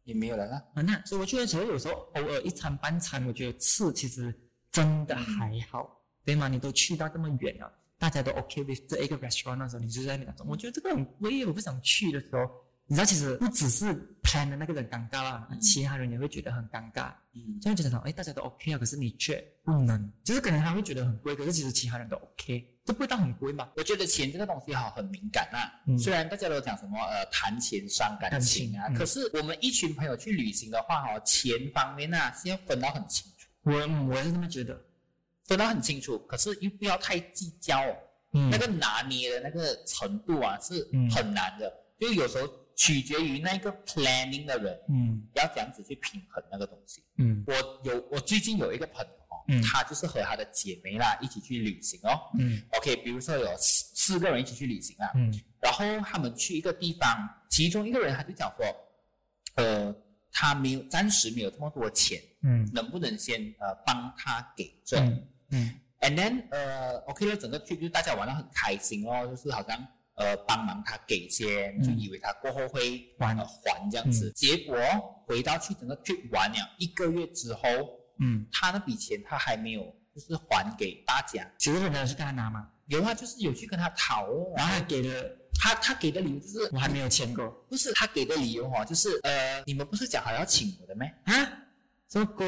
Speaker 2: 也没有人啊，
Speaker 3: 啊，那所以我觉得，其实有时候偶尔一餐半餐，我觉得吃其实真的还好，对吗？你都去到这么远了，大家都 OK with 这一个 restaurant 的时候，你就在那边讲，我觉得这个很贵，我不想去的时候，你知道，其实不只是 plan 的那个人尴尬啦，
Speaker 2: 嗯
Speaker 3: 其他人也会觉得很尴尬，
Speaker 2: 嗯，
Speaker 3: 就会觉得说，哎，大家都 OK 啊，可是你却不能，就是可能他会觉得很贵，可是其实其他人都 OK，这不会到很贵嘛？
Speaker 2: 我觉得钱这个东西哈很敏感啊。
Speaker 3: 嗯
Speaker 2: 虽然大家都讲什么呃谈钱伤感情啊，
Speaker 3: 感情嗯
Speaker 2: 可是我们一群朋友去旅行的话哈，钱方面啊是要分到很清楚，
Speaker 3: 我嗯我是这么觉得，
Speaker 2: 分到很清楚。可是又不要太计较、哦，
Speaker 3: 嗯
Speaker 2: 那个拿捏的那个程度啊是
Speaker 3: 嗯
Speaker 2: 很难的，就有时候取决于那个 planning 的人
Speaker 3: 嗯
Speaker 2: 要怎样子去平衡那个东西。
Speaker 3: 嗯
Speaker 2: 我有我最近有一个朋友哦，
Speaker 3: 嗯
Speaker 2: 她就是和她的姐妹啦一起去旅行哦。
Speaker 3: 嗯
Speaker 2: OK，比如说有四四个人一起去旅行啊，
Speaker 3: 嗯
Speaker 2: 然后他们去一个地方，其中一个人他就讲说，呃，他没有暂时没有这么多钱，
Speaker 3: 嗯
Speaker 2: 能不能先呃帮他给这、
Speaker 3: 嗯嗯
Speaker 2: a n d then 呃，OK 了，整个 trip 就大家玩的很开心哦，就是好像呃帮忙他给钱，
Speaker 3: 嗯
Speaker 2: 就以为他过后会
Speaker 3: 还
Speaker 2: 呃还这样
Speaker 3: 嗯
Speaker 2: 子，结果回到去整个 trip 完了一个月之后，
Speaker 3: 嗯，
Speaker 2: 他那笔钱他还没有就是还给大家，
Speaker 3: 其实人家是跟他拿嘛。
Speaker 2: 有啊，就是有去跟他讨哦，然
Speaker 3: 然后
Speaker 2: 后
Speaker 3: 还给了，
Speaker 2: 他他给的理由就是
Speaker 3: 我还没有签过
Speaker 2: 不是他给的理由哦，就是呃，你们不是讲好要请我的咩？
Speaker 3: 啊，什么鬼？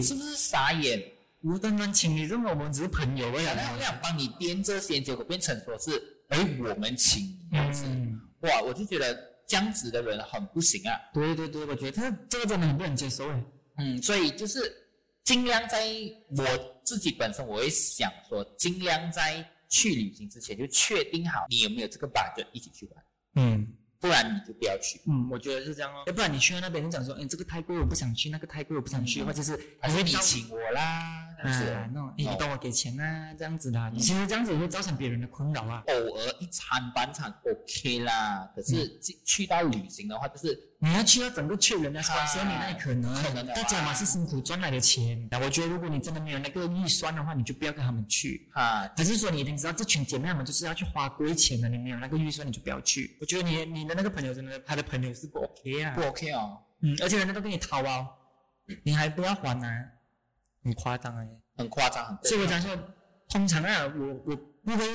Speaker 2: 是不是傻眼？
Speaker 3: 无端端请你，这么我们只是朋友而已
Speaker 2: 本来我
Speaker 3: 啊。
Speaker 2: 想帮你编这些，结果变成说是，哎，我们请你这样子，
Speaker 3: 嗯，
Speaker 2: 哇，我就觉得这样子的人很不行啊。
Speaker 3: 对对对，我觉得这这个真的很不能接受哎。
Speaker 2: 嗯，所以就是尽量在我自己本身，我会想说，尽量在去旅行之前就确定好你有没有这个 budget 一起去玩，
Speaker 3: 嗯
Speaker 2: 不然你就不要去。
Speaker 3: 嗯，我觉得是这样哦，要不然你去到那边就讲说，哎，这个太贵，我不想去；那个太贵，我不想去，
Speaker 2: 嗯
Speaker 3: 或者是
Speaker 2: 还是你
Speaker 3: 造
Speaker 2: 请我啦，这样子。
Speaker 3: 啊，那种哎，你帮我给钱啊，这样子的啊。
Speaker 2: 哦嗯
Speaker 3: 其实这样子也会造成别人的困扰啊。
Speaker 2: 偶尔一餐半餐 OK 啦，可是
Speaker 3: 嗯
Speaker 2: 去去到旅行的话，就是
Speaker 3: 你要去到整个去人家说
Speaker 2: 啊，
Speaker 3: 所以你那也可能
Speaker 2: 可能的啊
Speaker 3: 大家嘛是辛苦赚来的钱。我觉得如果你真的没有那个预算的话，你就不要跟他们去。
Speaker 2: 啊，
Speaker 3: 还是说你已经知道这群姐妹们就是要去花贵钱的，你没有那个预算你就不要去。我觉得你你的那个朋友真的，他的朋友是不 OK 啊
Speaker 2: 不，OK 哦，
Speaker 3: 嗯，而且人家都跟你掏啊，你还不要还呢、很夸张哎、
Speaker 2: 很夸张，很
Speaker 3: 所以我
Speaker 2: 讲
Speaker 3: 讲说，通常啊，我我不会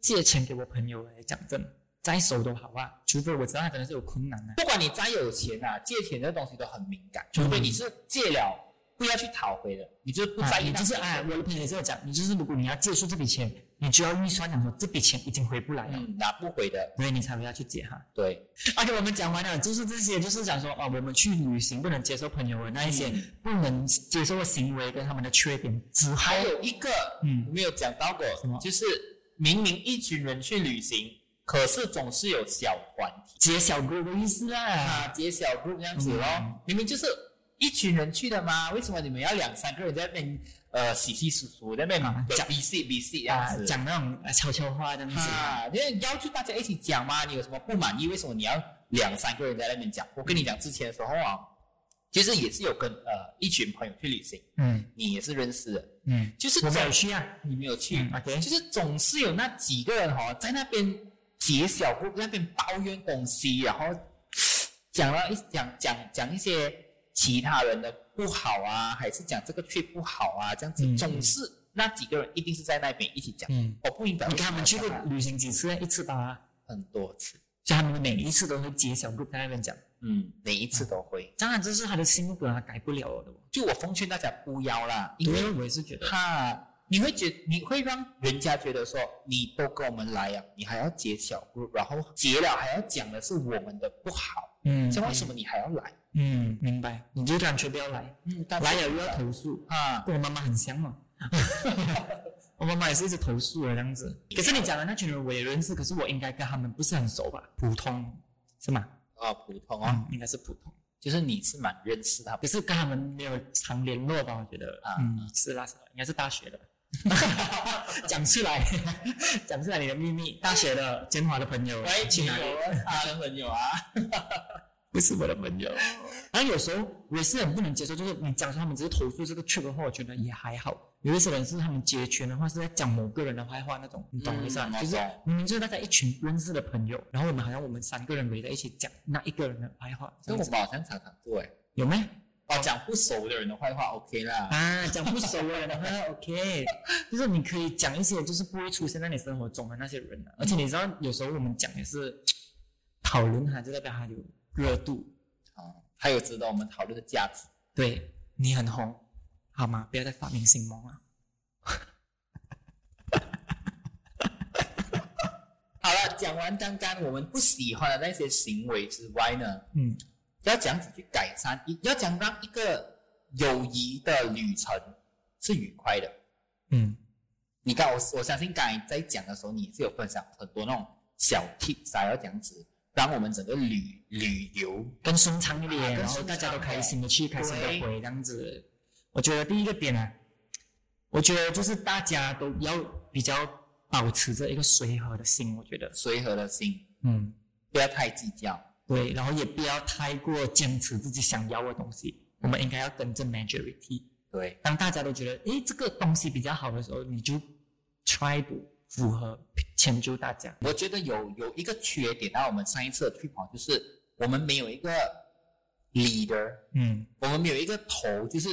Speaker 3: 借钱给我朋友哎、讲真，在手都好啊，除非我知道他真的是有困难啊。
Speaker 2: 不管你再有钱啊，借钱这东西都很敏
Speaker 3: 嗯
Speaker 2: 感，除非你是借了不要去讨回的，你就是不
Speaker 3: 啊
Speaker 2: 在意
Speaker 3: 你
Speaker 2: 那
Speaker 3: 就
Speaker 2: 个
Speaker 3: 是
Speaker 2: 钱。
Speaker 3: 哎，我的朋友也是有讲，你就是如果你要借出这笔钱，你就要预算想说这笔钱已经回不来了，
Speaker 2: 嗯，拿不回的，
Speaker 3: 所以你才会要去借哈。
Speaker 2: 对，
Speaker 3: OK，我们讲完了，就是这些，就是讲说哦，我们去旅行不能接受朋友的那一些
Speaker 2: 嗯
Speaker 3: 不能接受的行为跟他们的缺点之后
Speaker 2: 还，有一个
Speaker 3: 嗯
Speaker 2: 没有讲到过
Speaker 3: 什么，
Speaker 2: 就是明明一群人去旅行，可是总是有小团体
Speaker 3: 结小 group 的意思啊，
Speaker 2: 啊，结小 group 这样子咯，
Speaker 3: 嗯
Speaker 2: 明明就是一群人去的嘛，为什么你们要两三个人在那边呃稀稀疏疏在那
Speaker 3: 啊
Speaker 2: 边
Speaker 3: 讲
Speaker 2: B C B C 这
Speaker 3: 啊
Speaker 2: 样子？
Speaker 3: 讲那种呃悄悄话这样子。
Speaker 2: 啊，因为要求大家一起讲嘛，你有什么不满意？为什么你要两三个人在那边讲？我跟你讲，之前的时候啊，其实也是有跟呃一群朋友去旅行，
Speaker 3: 嗯
Speaker 2: 你也是认识的，
Speaker 3: 嗯，
Speaker 2: 就是
Speaker 3: 我
Speaker 2: 总
Speaker 3: 没有去啊。
Speaker 2: 你没有去，
Speaker 3: 嗯，OK，
Speaker 2: 就是总是有那几个人哦，在那边解小故，在那边抱怨东西，然后 讲了一讲讲讲一些其他人的不好啊，还是讲这个却不好啊，这样子，
Speaker 3: 嗯
Speaker 2: 总是那几个人一定是在那边一起讲。
Speaker 3: 嗯，
Speaker 2: 我不明白为
Speaker 3: 你
Speaker 2: 什
Speaker 3: 看
Speaker 2: 么要讲啊，
Speaker 3: 他们去过旅行几次啊？一次吧，
Speaker 2: 很多次，
Speaker 3: 所以他们每一次都会结小 group 在那边讲。
Speaker 2: 嗯，每一次都会。
Speaker 3: 当然，这是他的性格啊，改不了的哦。
Speaker 2: 就我奉劝大家不要啦，因
Speaker 3: 因
Speaker 2: 为
Speaker 3: 为我也是觉得，
Speaker 2: 怕你会觉你会让人家觉得说你都跟我们来呀、你还要结小 group，然后结了还要讲的是我们的不好，
Speaker 3: 嗯，
Speaker 2: 这样为什么你还要来？
Speaker 3: 嗯，明白，你就干脆不要来，
Speaker 2: 嗯，大家
Speaker 3: 来了又要投嗯诉。
Speaker 2: 啊，
Speaker 3: 跟我妈妈很像哦。 我妈妈也是一直投诉的这样子。可是你讲的那群人我也认识，可是我应该跟他们不是很熟吧？普通是吗？
Speaker 2: 啊，普通哦，
Speaker 3: 嗯，应该是普通。
Speaker 2: 就是你是蛮认识他
Speaker 3: 可是跟他们没有常联络吧？我觉得，
Speaker 2: 啊
Speaker 3: 嗯，是那时候应该是大学的。 讲出来， 讲出来你的秘密。大学的建华的朋友
Speaker 2: 喂，
Speaker 3: 去
Speaker 2: 你
Speaker 3: 哎哪里？
Speaker 2: 有他的朋友啊，
Speaker 3: 不是我的朋
Speaker 2: 哦
Speaker 3: 友。然后有时候我也是很不能接受，就是你讲说他们只是投诉这个 trip 的话，我觉得也还好。有一些人是他们结群的话是在讲某个人的坏话那种，你懂我意思吗？
Speaker 2: 嗯
Speaker 3: 就是
Speaker 2: 我懂
Speaker 3: 明明就是大家一群认识的朋友，然后我们好像我们三个人围在一起讲那一个人的坏话，这
Speaker 2: 跟
Speaker 3: 样
Speaker 2: 我
Speaker 3: 子
Speaker 2: 们好像常常做哎，
Speaker 3: 有没？
Speaker 2: 哦，讲不熟的人的坏话 OK 啦，
Speaker 3: 啊，讲不熟的人的话 OK，就是你可以讲一些就是不会出现在你生活中的那些人、啊，而且你知道有时候我们讲也是讨论它，就代表它有热度，嗯
Speaker 2: 啊，还有值得我们讨论的价值。
Speaker 3: 对你很红，好吗？不要再发明星梦了。
Speaker 2: 好了，讲完刚刚我们不喜欢的那些行为之外呢，
Speaker 3: 嗯
Speaker 2: 要讲怎样去改善，一要讲让一个友谊的旅程是愉快的。
Speaker 3: 嗯
Speaker 2: 你看我我相信刚才在讲的时候，你也是有分享很多那种小 tips 啊，要这样子让我们整个旅旅游，
Speaker 3: 更顺畅一
Speaker 2: 啊
Speaker 3: 点，
Speaker 2: 更
Speaker 3: 然后
Speaker 2: 顺
Speaker 3: 大家
Speaker 2: 畅
Speaker 3: 都开
Speaker 2: 的
Speaker 3: 心的去，开心的
Speaker 2: 对
Speaker 3: 回这样子。我觉得第一个点啊，我觉得就是大家都要比较保持着一个随和的心，我觉得，
Speaker 2: 随和的心，
Speaker 3: 嗯，
Speaker 2: 不要太计较。
Speaker 3: 对，然后也不要太过坚持自己想要的东西，我们应该要跟着 majority。
Speaker 2: 对，
Speaker 3: 当大家都觉得诶这个东西比较好的时候，你就 try to 符合迁就大家。
Speaker 2: 我觉得有有一个缺点，那我们上一次的去跑就是我们没有一个 leader，
Speaker 3: 嗯
Speaker 2: 我们没有一个头，就是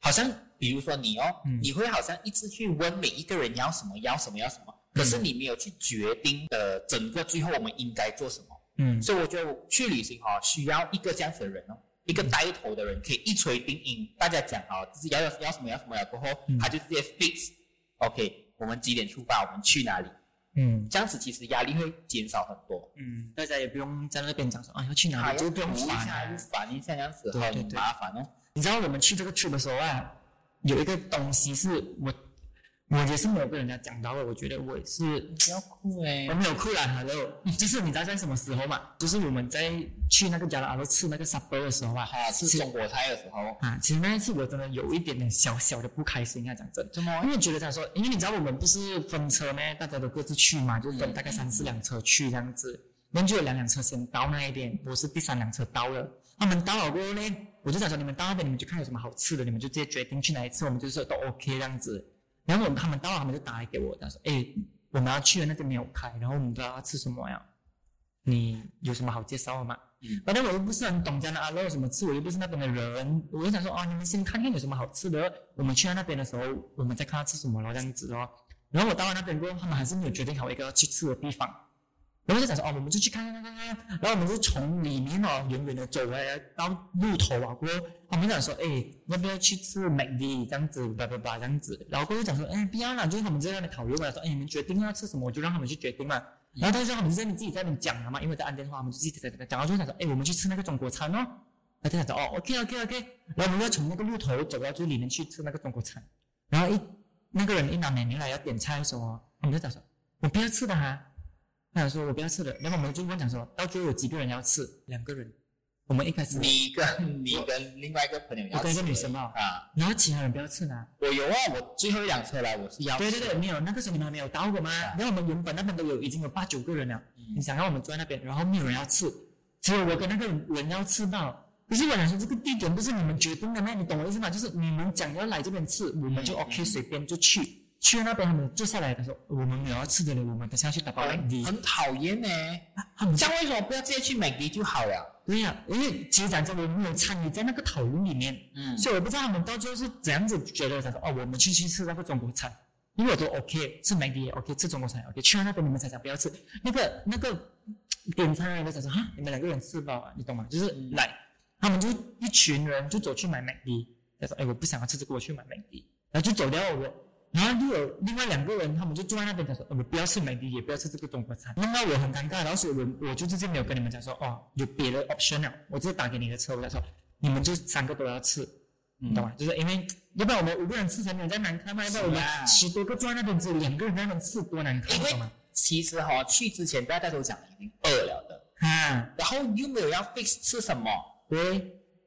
Speaker 2: 好像比如说你哦，
Speaker 3: 嗯
Speaker 2: 你会好像一直去问每一个人要什么，要什么，要什么，可是你没有去决定呃整个最后我们应该做什么。
Speaker 3: 嗯
Speaker 2: 所以我觉得我去旅行哦，需要一个这样子的人哦，一个带头的人，可以一锤定音，大家讲好自己要要要什么要什么了过后
Speaker 3: 嗯，
Speaker 2: 他就直接 fix。OK，我们几点出发？我们去哪里？
Speaker 3: 嗯
Speaker 2: 这样子其实压力会减少很多。
Speaker 3: 嗯，大家也不用在那边讲说啊要去哪
Speaker 2: 还
Speaker 3: 里，就不用烦啊、
Speaker 2: 一下，烦一下这样子
Speaker 3: 对对
Speaker 2: 很
Speaker 3: 对
Speaker 2: 麻烦哦。
Speaker 3: 你知道我们去这个 trip 的时候啊，有一个东西是我，我也是没有跟人家讲到的。我觉得我是
Speaker 2: 不要哭哎
Speaker 3: 我没有哭啦，hello，就是你知道在什么时候嘛？就是我们在去那个加拉阿罗吃那个 supper 的时候啊，
Speaker 2: 啊，吃中国菜的时候，
Speaker 3: 啊，其实那一次我真的有一点点小小的不开心啊，讲真。
Speaker 2: 怎么
Speaker 3: 因为觉得他说，因为你知道我们不是分车咩，大家都各自去嘛，就分大概三四辆车去这样子。然后就有两辆车先到那一边，我是第三辆车到了。他们到了过后呢，我就想说你们到那边你们就看有什么好吃的，你们就直接决定去哪里吃，我们就说都 OK 这样子。然后我们他们到了，他们就打来给我，他说：“哎，我们要去的那边没有开，然后我们不知道要吃什么呀，你有什么好介绍的吗？”
Speaker 2: 嗯
Speaker 3: 反正我又不是很懂加拿大有什么吃，我又不是那边的人，我就想说啊，你们先看看有什么好吃的，我们去到那边的时候，我们再看他吃什么咯，这样子哦。然后我到了那边过后，他们还是没有决定好一个去吃的地方，然后就想说哦，我们就去看看看看看，然后我们就从里面哦远远的走来到路头啊，过后他们就讲说，哎，要不要去吃美 c 这样子，叭叭叭这样子，然后过后就讲说，哎，不要啦，就是他们就在那里讨论嘛，说，哎，你们决定要吃什么，我就让他们去决定嘛。然后他就让他们在那边自己在那边讲了嘛，因为在按电话，他们就自己在在讲，然后就想说，哎，我们去吃那个中国餐哦。他就想说，哦，OK OK OK，然后我们就从那个路头走到最里面去吃那个中国餐，然后一那个人一拿美女来要点菜的时候哦，我们就讲说，我不要吃的哈、他想说我不要吃了，然后我们就问讲说，到最后有几个人要吃？两个人。我们一开始，
Speaker 2: 你跟你跟另外一个朋友要
Speaker 3: 我跟一个
Speaker 2: 吃
Speaker 3: 女生嘛，
Speaker 2: 啊，
Speaker 3: 然后其他人不要吃呢。
Speaker 2: 我有啊，我最后一辆车来我是要
Speaker 3: 对对对，没有，那个时候你们还没有到过嘛。
Speaker 2: 啊
Speaker 3: 然后我们原本那边都有已经有八九个人了，
Speaker 2: 嗯
Speaker 3: 你想让我们坐在那边，然后没有人要吃，只有我跟那个人要吃到。可是我想说，这个地点不是你们决定的吗？你懂我意思吗？就是你们讲要来这边吃，我们就
Speaker 2: 嗯
Speaker 3: OK，、
Speaker 2: 嗯
Speaker 3: 随便就去。去了那边，他们坐下来，他说我们没有要吃的了，我们等下去打包外
Speaker 2: 很
Speaker 3: 地。
Speaker 2: 嗯很讨厌呢。
Speaker 3: 他们
Speaker 2: 这样为什么不要直接去美的就好了？
Speaker 3: 对呀、因为其实讲真，我没有参与在那个讨论里面，
Speaker 2: 嗯
Speaker 3: 所以我不知道他们到最后是怎样子觉得，想说哦，我们去去吃那个中国餐，因为我都 OK 吃美的也 OK 吃中国餐也 OK，去到那边你们才讲不要吃那个那个嗯点餐的人就想说哈，你们两个人吃饱啊，你懂吗？就是
Speaker 2: 嗯
Speaker 3: 来，他们就一群人就走去买美的，他说哎，我不想要吃这个，我去买美的，然后就走掉了。然后就有另外两个人，他们就坐在那边，他说：“呃我不要吃美的，也不要吃这个中国餐。”弄到我很尴尬，然后所以我我就直接没有跟你们讲说：“哦，有别的 option 了。”我直接打给你的车，我讲说：“你们就三个都要吃，你懂吗？就是因为要不然我们五个人吃才没有在难看嘛，要不然我们
Speaker 2: 嗯是啊
Speaker 3: 十多个坐在那边只有两个人在那边吃，多难看，
Speaker 2: 因
Speaker 3: 你
Speaker 2: 为
Speaker 3: 懂吗？
Speaker 2: 其实哈、去之前大家都讲已经饿了的，
Speaker 3: 啊，
Speaker 2: 然后又没有要 fix 吃什么，
Speaker 3: 对，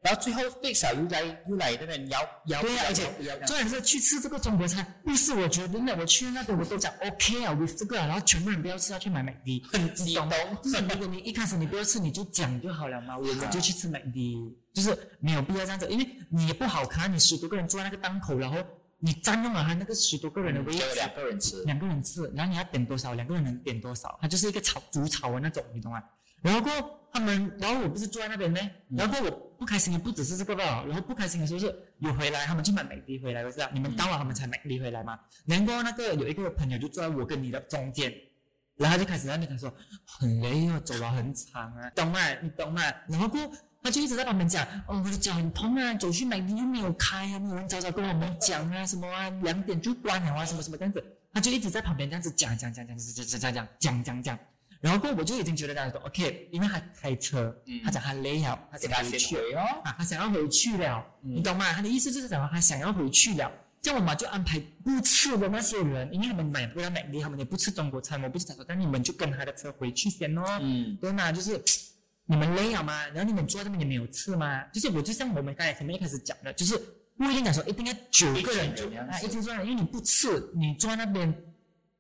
Speaker 2: 然后最后 fix 了又来又来那边摇摇，
Speaker 3: 对呀啊
Speaker 2: 摇
Speaker 3: 而且
Speaker 2: 摇摇
Speaker 3: 重点是去吃这个中国餐，不是我觉得那我去那边我都讲 OK 啊，with 这个啊，然后全部人不要吃，要去买美的。
Speaker 2: 很激
Speaker 3: 你
Speaker 2: 动
Speaker 3: 懂吗？ 就是如果你一开始你不要吃，你就讲就好嗯了嘛，我们就去吃美的，就是没有必要这样子，因为你也不好看，你十多个人坐在那个档口，然后你占用了他那个十多个人的位置
Speaker 2: 就，两个人吃，
Speaker 3: 两个人吃，然后你要点多少，两个人能点多少，它就是一个炒煮炒的那种，你懂吗？然后过后他们，然后我不是坐在那边呢，然后过后我不开心的不只是这个吧，然后不开心的时候是有回来，他们去买美的回来，不是啊？你们到了他们才买的回来嘛。然后过后那个有一个朋友就坐在我跟你的中间，然后他就开始在那边说很累哦，走了很长啊，懂吗？你懂吗？然后过后他就一直在旁边讲，哦，我的脚很痛啊，走去买你又没有开啊，没有人早早跟我们讲啊，什么啊，两点就关了啊，什么什么这样子，他就一直在旁边这样子讲讲讲讲讲讲讲讲讲讲讲，然后过后我就已经觉得这样说，OK，因为他开车，他讲他累了，他
Speaker 2: 嗯给
Speaker 3: 想
Speaker 2: 他
Speaker 3: 回
Speaker 2: 先
Speaker 3: 去
Speaker 2: 回哦，
Speaker 3: 啊，他想要回去了，
Speaker 2: 嗯
Speaker 3: 你懂吗？他的意思就是讲他想要回去了。这样我们就安排不吃的那些人，因为他们买不到美丽，他们也不吃中国餐，我不知道，但你们就跟他的车回去先哦。
Speaker 2: 嗯，
Speaker 3: 对嘛，就是你们累了吗？然后你们坐这边也没有吃吗？就是我就像我们刚才前面一开始讲的，就是不一定讲说一定要九个人
Speaker 2: 一群人这样子
Speaker 3: 啊，一直坐那，因为你不吃，你坐在那边，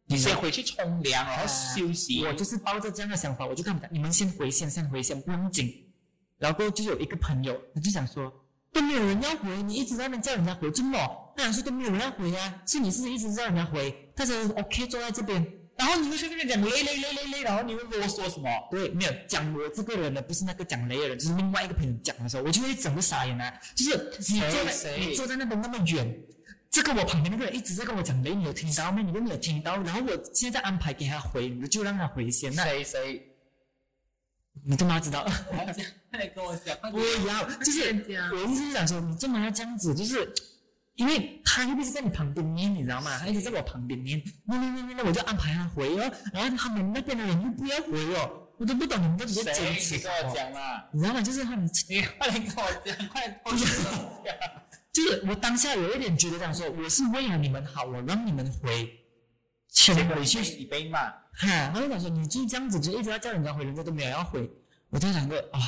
Speaker 2: 你先回去冲凉，然后休息，
Speaker 3: 啊我就是抱着这样的想法，我就跟他们讲，你们先回先，先回先，不用紧。然后就有一个朋友，他就想说，都没有人要回，你一直在那边叫人家回，怎么？那人说都没有人要回啊，是你是一直叫人家回，他才哦 OK 坐在这边。
Speaker 2: 然后你会随便讲累累累累累，然后你会啰嗦什么？
Speaker 3: 对，没有讲我这个人呢，不是那个讲雷的人，就是另外一个朋友讲的时候，我就会整个傻眼啊！就是你坐在
Speaker 2: 谁
Speaker 3: 你坐在那边那么远，这个我旁边那个人一直在跟我讲雷，你有听到吗？你都没有听到，然后我现在安排给他回，你就让他回先，那
Speaker 2: 谁谁？
Speaker 3: 你干嘛知道？
Speaker 2: 快点跟我讲，
Speaker 3: 不要，就是我意思是想说，你干嘛要这样子？就是因为他又不是在你旁边念，你知道吗？他一直在我旁边念，念念念念念，我就安排他回哦，然后他们那边的人又不要回哦，我都不懂你们到底
Speaker 2: 谁
Speaker 3: 在坚？
Speaker 2: 你
Speaker 3: 持什
Speaker 2: 跟我
Speaker 3: 么。
Speaker 2: 讲嘛，
Speaker 3: 你知道吗？就是他们
Speaker 2: 你快点跟我讲，快点跟我讲。哎
Speaker 3: 就是我当下有一点觉得这样说，我是为了你们好，我让你们回，请
Speaker 2: 结果
Speaker 3: 回
Speaker 2: 你去
Speaker 3: 去。
Speaker 2: 洗杯嘛，
Speaker 3: 哈，哎他就讲说你就这样子，就一直要叫人家回，人家都没有要回。我就想过啊，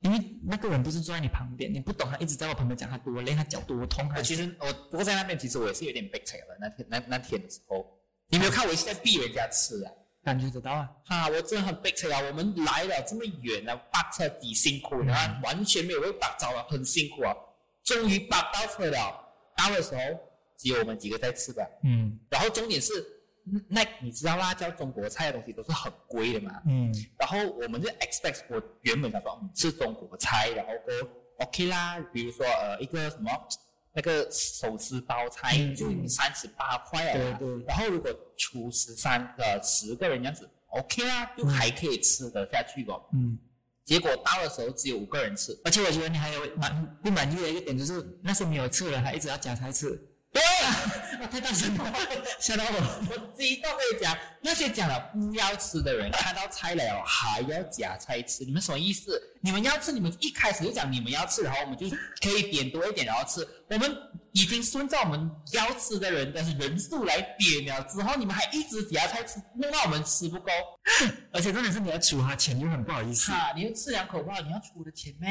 Speaker 3: 因为那个人不是坐在你旁边，你不懂，他一直在我旁边讲他多累，他脚多痛，他
Speaker 2: 我其实我不过在那边，其实我也是有点悲催的。那天那那天的时候，你没有看我是在逼人家吃啊？
Speaker 3: 感觉得到啊。
Speaker 2: 哈，我真的很悲催啊！我们来了这么远了，扒车底辛苦了，
Speaker 3: 嗯
Speaker 2: 完全没有被扒着了，很辛苦啊！终于扒到车了，到的时候只有我们几个在吃吧。
Speaker 3: 嗯
Speaker 2: 然后重点是，嗯那你知道辣椒中国菜的东西都是很贵的嘛？
Speaker 3: 嗯
Speaker 2: 然后我们就 expect 我原本想说嗯吃中国菜，然后都 OK 啦，比如说呃一个什么那个手撕包菜
Speaker 3: 嗯
Speaker 2: 就三十八块啊，
Speaker 3: 对对
Speaker 2: 然后如果除十三呃十个人这样子， ，OK 啊，就还可以吃得下去哦。
Speaker 3: 嗯，
Speaker 2: 结果到的时候只有五个人吃，
Speaker 3: 而且我觉得你还有满不满意的一个点就是那些没有吃的还一直要夹菜吃，
Speaker 2: 对，
Speaker 3: 那太大声了，吓到我。
Speaker 2: 我激动跟你讲，那些讲了不要吃的人，看到菜了哦还要夹菜吃，你们什么意思？你们要吃，你们一开始就讲你们要吃，然后我们就可以点多一点，然后吃。我们已经遵照我们要吃的人但是人数来点了，之后你们还一直夹菜吃，弄到我们吃不够。
Speaker 3: 而且重点是你要数他钱又很不好意思。
Speaker 2: 啊哈，你就吃两口吧，你要出我的钱咩？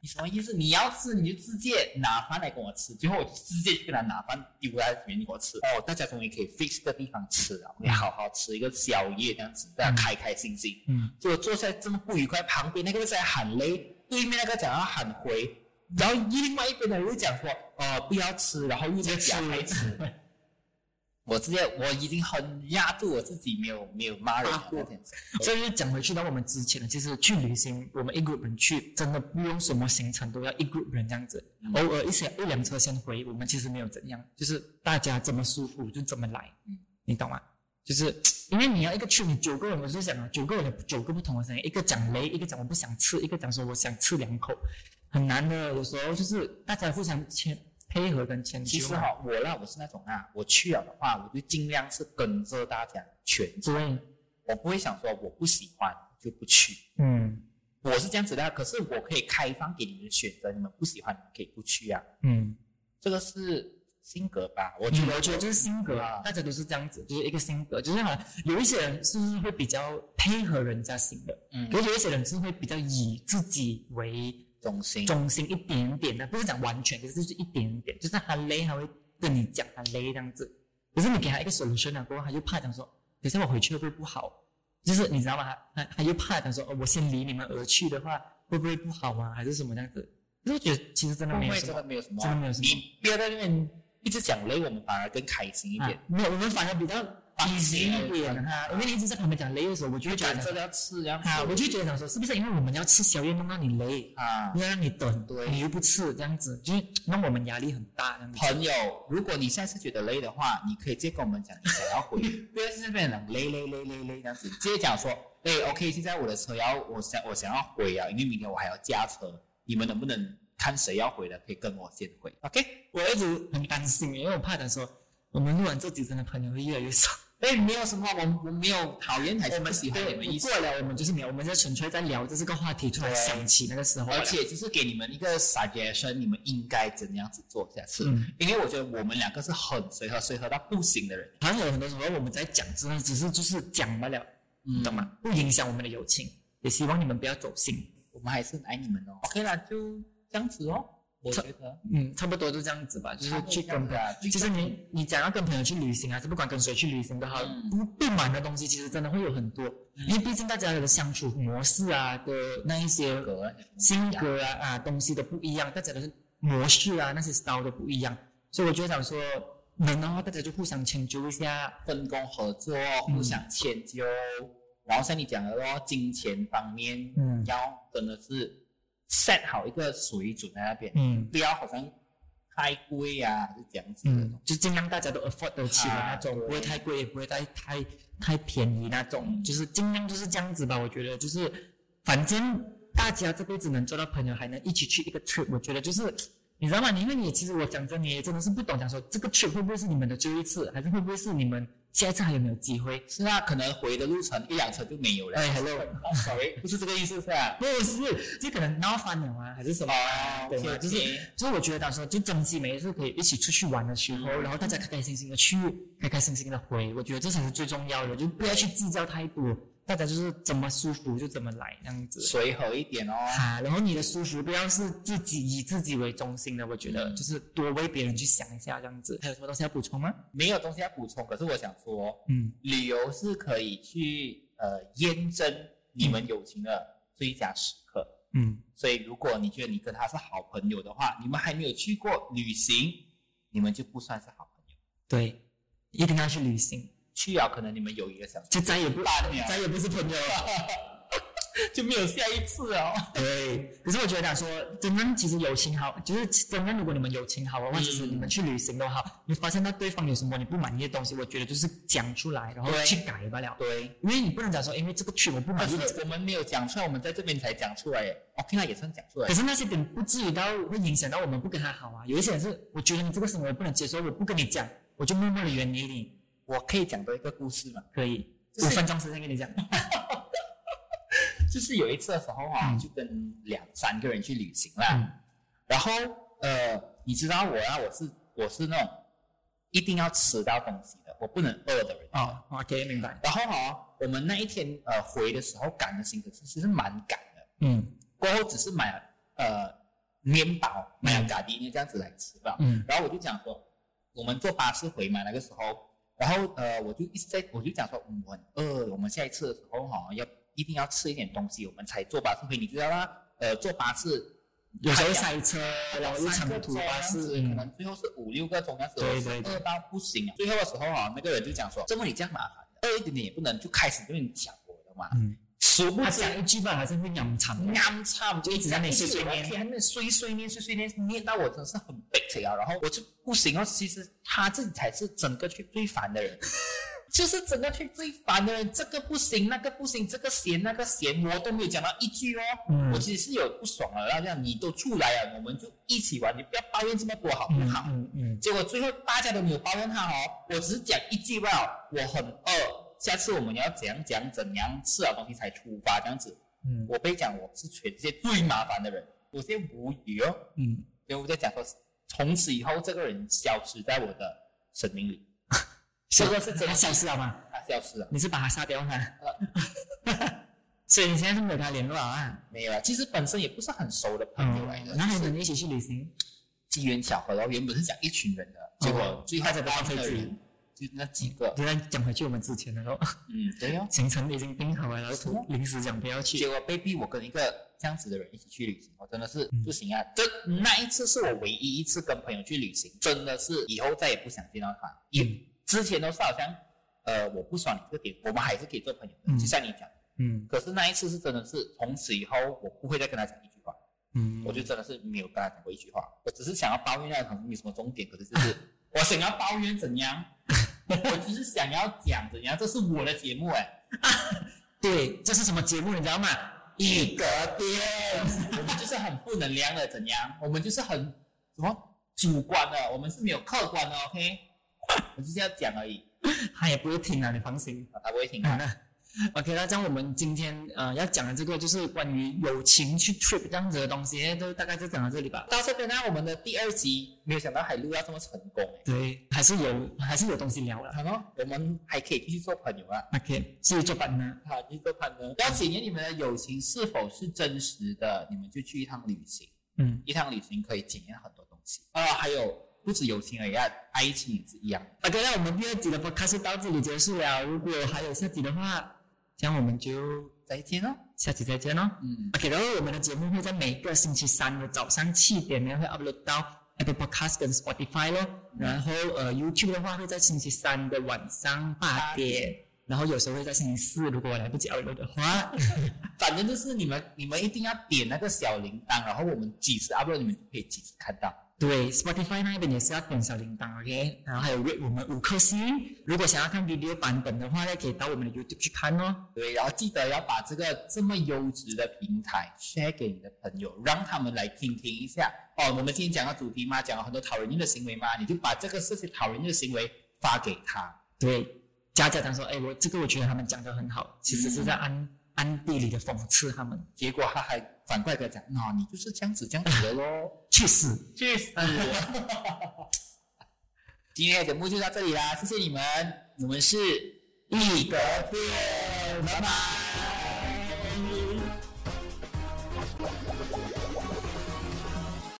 Speaker 2: 你什么意思？你要吃你就直接拿饭来跟我吃，最后我就直接就给他拿饭丢在里面给我吃。嗯哦，大家终于可以 fix 这个地方吃了，我们好好吃一个宵夜这样子，大家开开心心。
Speaker 3: 嗯，
Speaker 2: 结果坐下来真的不愉快，旁边那个人在喊累，对面那个讲要喊回，然后另外一边的人又讲说，呃，不要吃，然后又在夹菜吃。 我直接我已经很压住我自己，没有没有骂人了那天。
Speaker 3: 这就是讲回去到我们之前的，其实去旅行，我们一 group 人去，真的不用什么行程都要一 group 人这样子，
Speaker 2: 嗯
Speaker 3: 偶尔一些一辆车先回，我们其实没有怎样，就是大家怎么舒服就怎么来，
Speaker 2: 嗯
Speaker 3: 你懂吗？就是因为你要一个去，你九个人，我就想啊，九个人有九个不同的声音，一个讲雷，一个讲我不想吃，一个讲说我想吃两口，很难的。有时候就是大家互相迁配合跟迁就
Speaker 2: 其
Speaker 3: 嘛。
Speaker 2: 实哈、我啦，我是那种啊，我去了的话，我就尽量是跟着大家全做，
Speaker 3: 对，
Speaker 2: 我不会想说我不喜欢就不去，
Speaker 3: 嗯
Speaker 2: 我是这样子的啊。可是我可以开放给你们选择，你们不喜欢你们可以不去啊，
Speaker 3: 嗯，
Speaker 2: 这个是性格吧？我
Speaker 3: 我
Speaker 2: 觉
Speaker 3: 觉
Speaker 2: 得，
Speaker 3: 得我觉得就是性格啊，大家都是这样子，就是一个性格，就是好像有一些人是会比较配合人家型的，
Speaker 2: 嗯，
Speaker 3: 可是有一些人是会比较以自己为
Speaker 2: 中心，
Speaker 3: 中心一点点的，不是讲完全，可是就是一点点，就是他累，他会跟你讲他累这样子。可是你给他一个 solution 了过后，他就怕讲说，等一下我回去会不会不好？就是你知道吗？他他他又怕讲说，哦，我先离你们而去的话，会不会不好啊？还是什么这样子？可是我觉得其实真的没
Speaker 2: 因
Speaker 3: 有
Speaker 2: 为
Speaker 3: 什
Speaker 2: 真
Speaker 3: 么
Speaker 2: 的没有什么，啊
Speaker 3: 真的没有什么
Speaker 2: 你不要在那边一直讲累，我们反而更开心一
Speaker 3: 啊
Speaker 2: 点。，
Speaker 3: 没有，我们反而比较
Speaker 2: 放
Speaker 3: 理
Speaker 2: 心
Speaker 3: 性
Speaker 2: 一
Speaker 3: 一点哈。因为你一直在旁边讲累的时候，我就会觉
Speaker 2: 讲
Speaker 3: 得
Speaker 2: 这个要吃，然
Speaker 3: 啊，
Speaker 2: 后
Speaker 3: 我就觉得讲说，是不是因为我们要吃宵夜弄到你累？
Speaker 2: 啊，
Speaker 3: 要让你等，
Speaker 2: 对
Speaker 3: 你又不吃，这样子就是让我们压力很大，这样子。
Speaker 2: 朋友，如果你下次觉得累的话，你可以直接跟我们讲你想要回， 不要在那边讲累累累累累这样子，直接讲说，哎，OK，现在我的车要我想我想要回啊，因为明天我还要驾车，你们能不能看谁要回的，可以跟我先回，OK？
Speaker 3: 我一直很担心，因为我怕他说我们录完这集，真的朋友会越来越 少。
Speaker 2: 哎，没有什么，我我没有讨厌还是不喜欢你们意思
Speaker 3: 过，了，我们就是没有，我们就纯粹在聊这是个话题，突然
Speaker 2: 对
Speaker 3: 想起那个时候了。
Speaker 2: 而且就是给你们一个 suggestion，你们应该怎样子做下次。
Speaker 3: 嗯，
Speaker 2: 因为我觉得我们两个是很随和、随和到不行的人，
Speaker 3: 好像有很多时候我们在讲，真的只是就是讲不了，
Speaker 2: 嗯
Speaker 3: 懂？吗？不影响我们的友情，也希望你们不要走心。
Speaker 2: 我们还是很爱你们哦。OK 啦，就这样子哦，我觉得。
Speaker 3: 嗯，差不多就这样子吧，就是去跟朋友。
Speaker 2: 啊，
Speaker 3: 其实你你讲要跟朋友去旅行啊，还是不管跟谁去旅行都好，
Speaker 2: 嗯
Speaker 3: 不不满的东西其实真的会有很多，因为毕竟大家的相处模式啊的那一些
Speaker 2: 格
Speaker 3: 性格啊啊东西都不一样，大家的模式啊那些 style 都不一样，所以我就想说，能的话大家就互相迁就一下，
Speaker 2: 分工合作，互相迁就。然后像你讲的咯，金钱方面，
Speaker 3: 嗯
Speaker 2: 要真的是 set 好一个水准在那边，
Speaker 3: 嗯
Speaker 2: 不要好像太贵啊，还是这样子的。
Speaker 3: 嗯，就尽量大家都 afford 得起的那种，
Speaker 2: 啊对
Speaker 3: 不会太贵，也不会太太太便宜那种，就是尽量就是这样子吧。我觉得就是，反正大家这辈子能做到朋友，还能一起去一个 trip，我觉得就是。你知道吗？因为你其实我讲真，你也真的是不懂，讲说这个 trip 会不会是你们的最后一次，还是会不会是你们下一次还有没有机会？
Speaker 2: 是啊，可能回的路程一辆车就没有了。
Speaker 3: 哎，hello
Speaker 2: Oh, sorry，不是这个意思是啊吧？
Speaker 3: 不是，就可能闹翻了啊，还是什么啊？ 对吗？
Speaker 2: OK，OK
Speaker 3: 就是，就是我觉得说，就珍惜每一次可以一起出去玩的时候，
Speaker 2: 嗯
Speaker 3: 然后大家开开心心的去，开开心心的回，我觉得这才是最重要的，就不要去计较太多，大家就是怎么舒服就怎么来这样子。
Speaker 2: 随和一点哦。
Speaker 3: 啊，然后你的舒服不要是自己以自己为中心的，我觉得
Speaker 2: 嗯
Speaker 3: 就是多为别人去想一下这样子。还有什么东西要补充吗？
Speaker 2: 没有东西要补充，可是我想说，
Speaker 3: 嗯，
Speaker 2: 旅游是可以去呃验证你们友情的最佳时刻。
Speaker 3: 嗯，
Speaker 2: 所以，如果你觉得你跟他是好朋友的话，你们还没有去过旅行，你们就不算是好朋友。
Speaker 3: 对，一定要去旅行，
Speaker 2: 去了，可能你们友谊的小
Speaker 3: 就再也不
Speaker 2: 半了
Speaker 3: 再也不是朋友了。
Speaker 2: 就没有下一次哦。
Speaker 3: 对，可是我觉得说，真正其实友情好，就是真正如果你们友情好的话，
Speaker 2: 嗯
Speaker 3: 其实你们去旅行都好，你发现到对方有什么你不满意的东西，我觉得就是讲出来，然后
Speaker 2: 对啊
Speaker 3: 去改罢了。
Speaker 2: 对，
Speaker 3: 因为你不能讲说，因为这个区我不
Speaker 2: 可
Speaker 3: 满意，
Speaker 2: 是我们没有讲出来，我们在这边才讲出来耶。OK，那也算讲出来
Speaker 3: 可。是那些点不至于到会影响到我们不跟他好啊。有一些人是，我觉得你这个行为我不能接受，我不跟你讲，我就默默的远离你。
Speaker 2: 我可以讲多一个故事嘛，
Speaker 3: 可以，
Speaker 2: 就
Speaker 3: 五
Speaker 2: 是
Speaker 3: 分钟时间跟你讲。
Speaker 2: 就是有一次的时候啊，
Speaker 3: 嗯
Speaker 2: 就跟两三个人去旅行啦，
Speaker 3: 嗯
Speaker 2: 然后呃，你知道我啊，我是我是那种一定要吃到东西的，我不能饿的人。
Speaker 3: 哦，OK，明白。
Speaker 2: 然后哦，我们那一天呃回的时候赶的行程其实是蛮赶的，
Speaker 3: 嗯
Speaker 2: 过后只是买了呃面包，买了咖喱面这样子来吃吧。
Speaker 3: 嗯
Speaker 2: 然后我就讲说，我们坐巴士回嘛那个时候，然后呃我就一直在我就讲说，嗯，我很饿，我们下一次的时候哈、要一定要吃一点东西，我们才坐巴士回，你知道吗？呃，坐巴士
Speaker 3: 有时候塞车，然后又
Speaker 2: 三
Speaker 3: 长
Speaker 2: 个
Speaker 3: 途
Speaker 2: 钟
Speaker 3: 巴士，
Speaker 2: 可
Speaker 3: 嗯
Speaker 2: 能最后是五六个钟这样子，
Speaker 3: 对
Speaker 2: 我是
Speaker 3: 对对
Speaker 2: 饿到不行啊。最后的时候啊，那个人就讲说：“这么你这样麻烦，啊饿一点点也不能，就开始跟你讲我的嘛。
Speaker 3: 嗯，”
Speaker 2: 殊不
Speaker 3: 他
Speaker 2: 知，
Speaker 3: 讲一句吧，还是会养长的。
Speaker 2: 暗差就一直在那里碎
Speaker 3: 碎
Speaker 2: 碎
Speaker 3: 碎
Speaker 2: 念，
Speaker 3: 念
Speaker 2: 还在那里碎碎念碎碎念，念到我真的是很悲催啊。然后我就不行哦，其实他自己才是整个去最烦的人。 就是整个去最烦的人，这个不行，那个不行，这个咸那个咸，我都没有讲到一句哦。
Speaker 3: 嗯
Speaker 2: 我其实是有不爽了，然后这样你都出来啊了，我们就一起玩，你不要抱怨这么多好不
Speaker 3: 嗯
Speaker 2: 好？
Speaker 3: 嗯嗯，
Speaker 2: 结果最后大家都没有抱怨他哦，我只是讲一句话哦，我很饿，下次我们要怎样怎样怎样吃啊了东西才出发这样子。
Speaker 3: 嗯
Speaker 2: 我被讲我是全世界最麻烦的人，我现在无语哦。
Speaker 3: 嗯，
Speaker 2: 所以我在讲说，从此以后这个人消失在我的生命里，这个是真的，
Speaker 3: 他消失了吗？
Speaker 2: 他消失了。
Speaker 3: 你是把他杀掉吗？所以你现在是没有跟他联络了啊？
Speaker 2: 没有啊，其实本身也不是很熟的朋友来
Speaker 3: 嗯
Speaker 2: 的，，
Speaker 3: 然后
Speaker 2: 就
Speaker 3: 你
Speaker 2: 是
Speaker 3: 们一起去旅行，
Speaker 2: 机缘巧合，然后原本是讲一群人的，结果
Speaker 3: 哦
Speaker 2: 最后
Speaker 3: 大家都
Speaker 2: 八
Speaker 3: 浪费
Speaker 2: 个
Speaker 3: 自己
Speaker 2: 人，就那几个，
Speaker 3: 就在讲回去我们之前的咯，
Speaker 2: 嗯，对哦，
Speaker 3: 行程已经定好了，然后临时讲不要
Speaker 2: 结
Speaker 3: 去，
Speaker 2: 果被逼我跟一个这样子的人一起去旅行，我真的是
Speaker 3: 嗯
Speaker 2: 不行啊！这那一次是我唯一一次跟朋友去旅行，真的是以后再也不想见到他。也
Speaker 3: 嗯
Speaker 2: 之前都是好像，呃，我不爽你这个点，我们还是可以做朋友的，
Speaker 3: 嗯
Speaker 2: 就像你讲。
Speaker 3: 嗯
Speaker 2: 可是那一次是真的是，从此以后我不会再跟他讲一句话，
Speaker 3: 嗯，
Speaker 2: 我就真的是没有跟他讲过一句话。我只是想要抱怨那场没什么重点，可是就是 我想要抱怨怎样， 我就是想要讲怎样，这是我的节目哎、
Speaker 3: 对，这是什么节目你知道吗？一
Speaker 2: 格店，我们就是很负能量的，怎样？我们就是很什么主观的，我们是没有客观的，OK？我就是要讲而已，
Speaker 3: 他也不会听啊，你放心。
Speaker 2: 啊他不会听
Speaker 3: 好
Speaker 2: 啊。
Speaker 3: 的 OK，那这样我们今天呃要讲的这个就是关于友情去 trip 这样子的东西，就大概就讲到这里吧。
Speaker 2: 到这边呢，我们的第二集没有想到海陆要这么成功哎、
Speaker 3: 对，还是有还是有东西聊了。
Speaker 2: 好咯，我们还可以继续做朋友啊，
Speaker 3: OK，至于做伴呢，
Speaker 2: 好，继续做朋友。要检验你们的友情是否是真实的，你们就去一趟旅行，
Speaker 3: 嗯，
Speaker 2: 一趟旅行可以检验很多东西啊、还有不止友情而已啊，爱情也是一样的。
Speaker 3: OK，那我们第二集的 podcast 就到这里结束了。如果还有下集的话，这样我们就
Speaker 2: 再见哦，
Speaker 3: 下集再见喽。
Speaker 2: 嗯，
Speaker 3: OK，然后我们的节目会在每个星期三的早上七点呢会 upload 到 Apple Podcast 跟 Spotify 咯。然后呃 YouTube 的话会在星期三的晚上八点，然后有时候会在星期四，如果我来不及 upload 的话。
Speaker 2: 反正就是你们，你们一定要点那个小铃铛，然后我们几时 upload，你们就可以几时看到。
Speaker 3: 对，Spotify 那边也是要点小铃铛，OK，然后还有 rate 我们五颗星。如果想要看 video 版本的话呢，可以到我们的 YouTube 去看哦。
Speaker 2: 对，然后记得要把这个这么优质的平台 share 给你的朋友，让他们来听听一下。哦，我们今天讲到主题嘛，讲了很多讨人厌的行为嘛，你就把这个这些讨人厌的行为发给他。
Speaker 3: 对，家家长说，哎，我这个我觉得他们讲的很好，其实是在暗、暗地里的讽刺他们，
Speaker 2: 结果他还反过来跟他讲，那、你就是这样子这样子的咯，
Speaker 3: 去死！
Speaker 2: 去死！今天的节目就到这里啦，谢谢你们，我们是一格变，拜拜。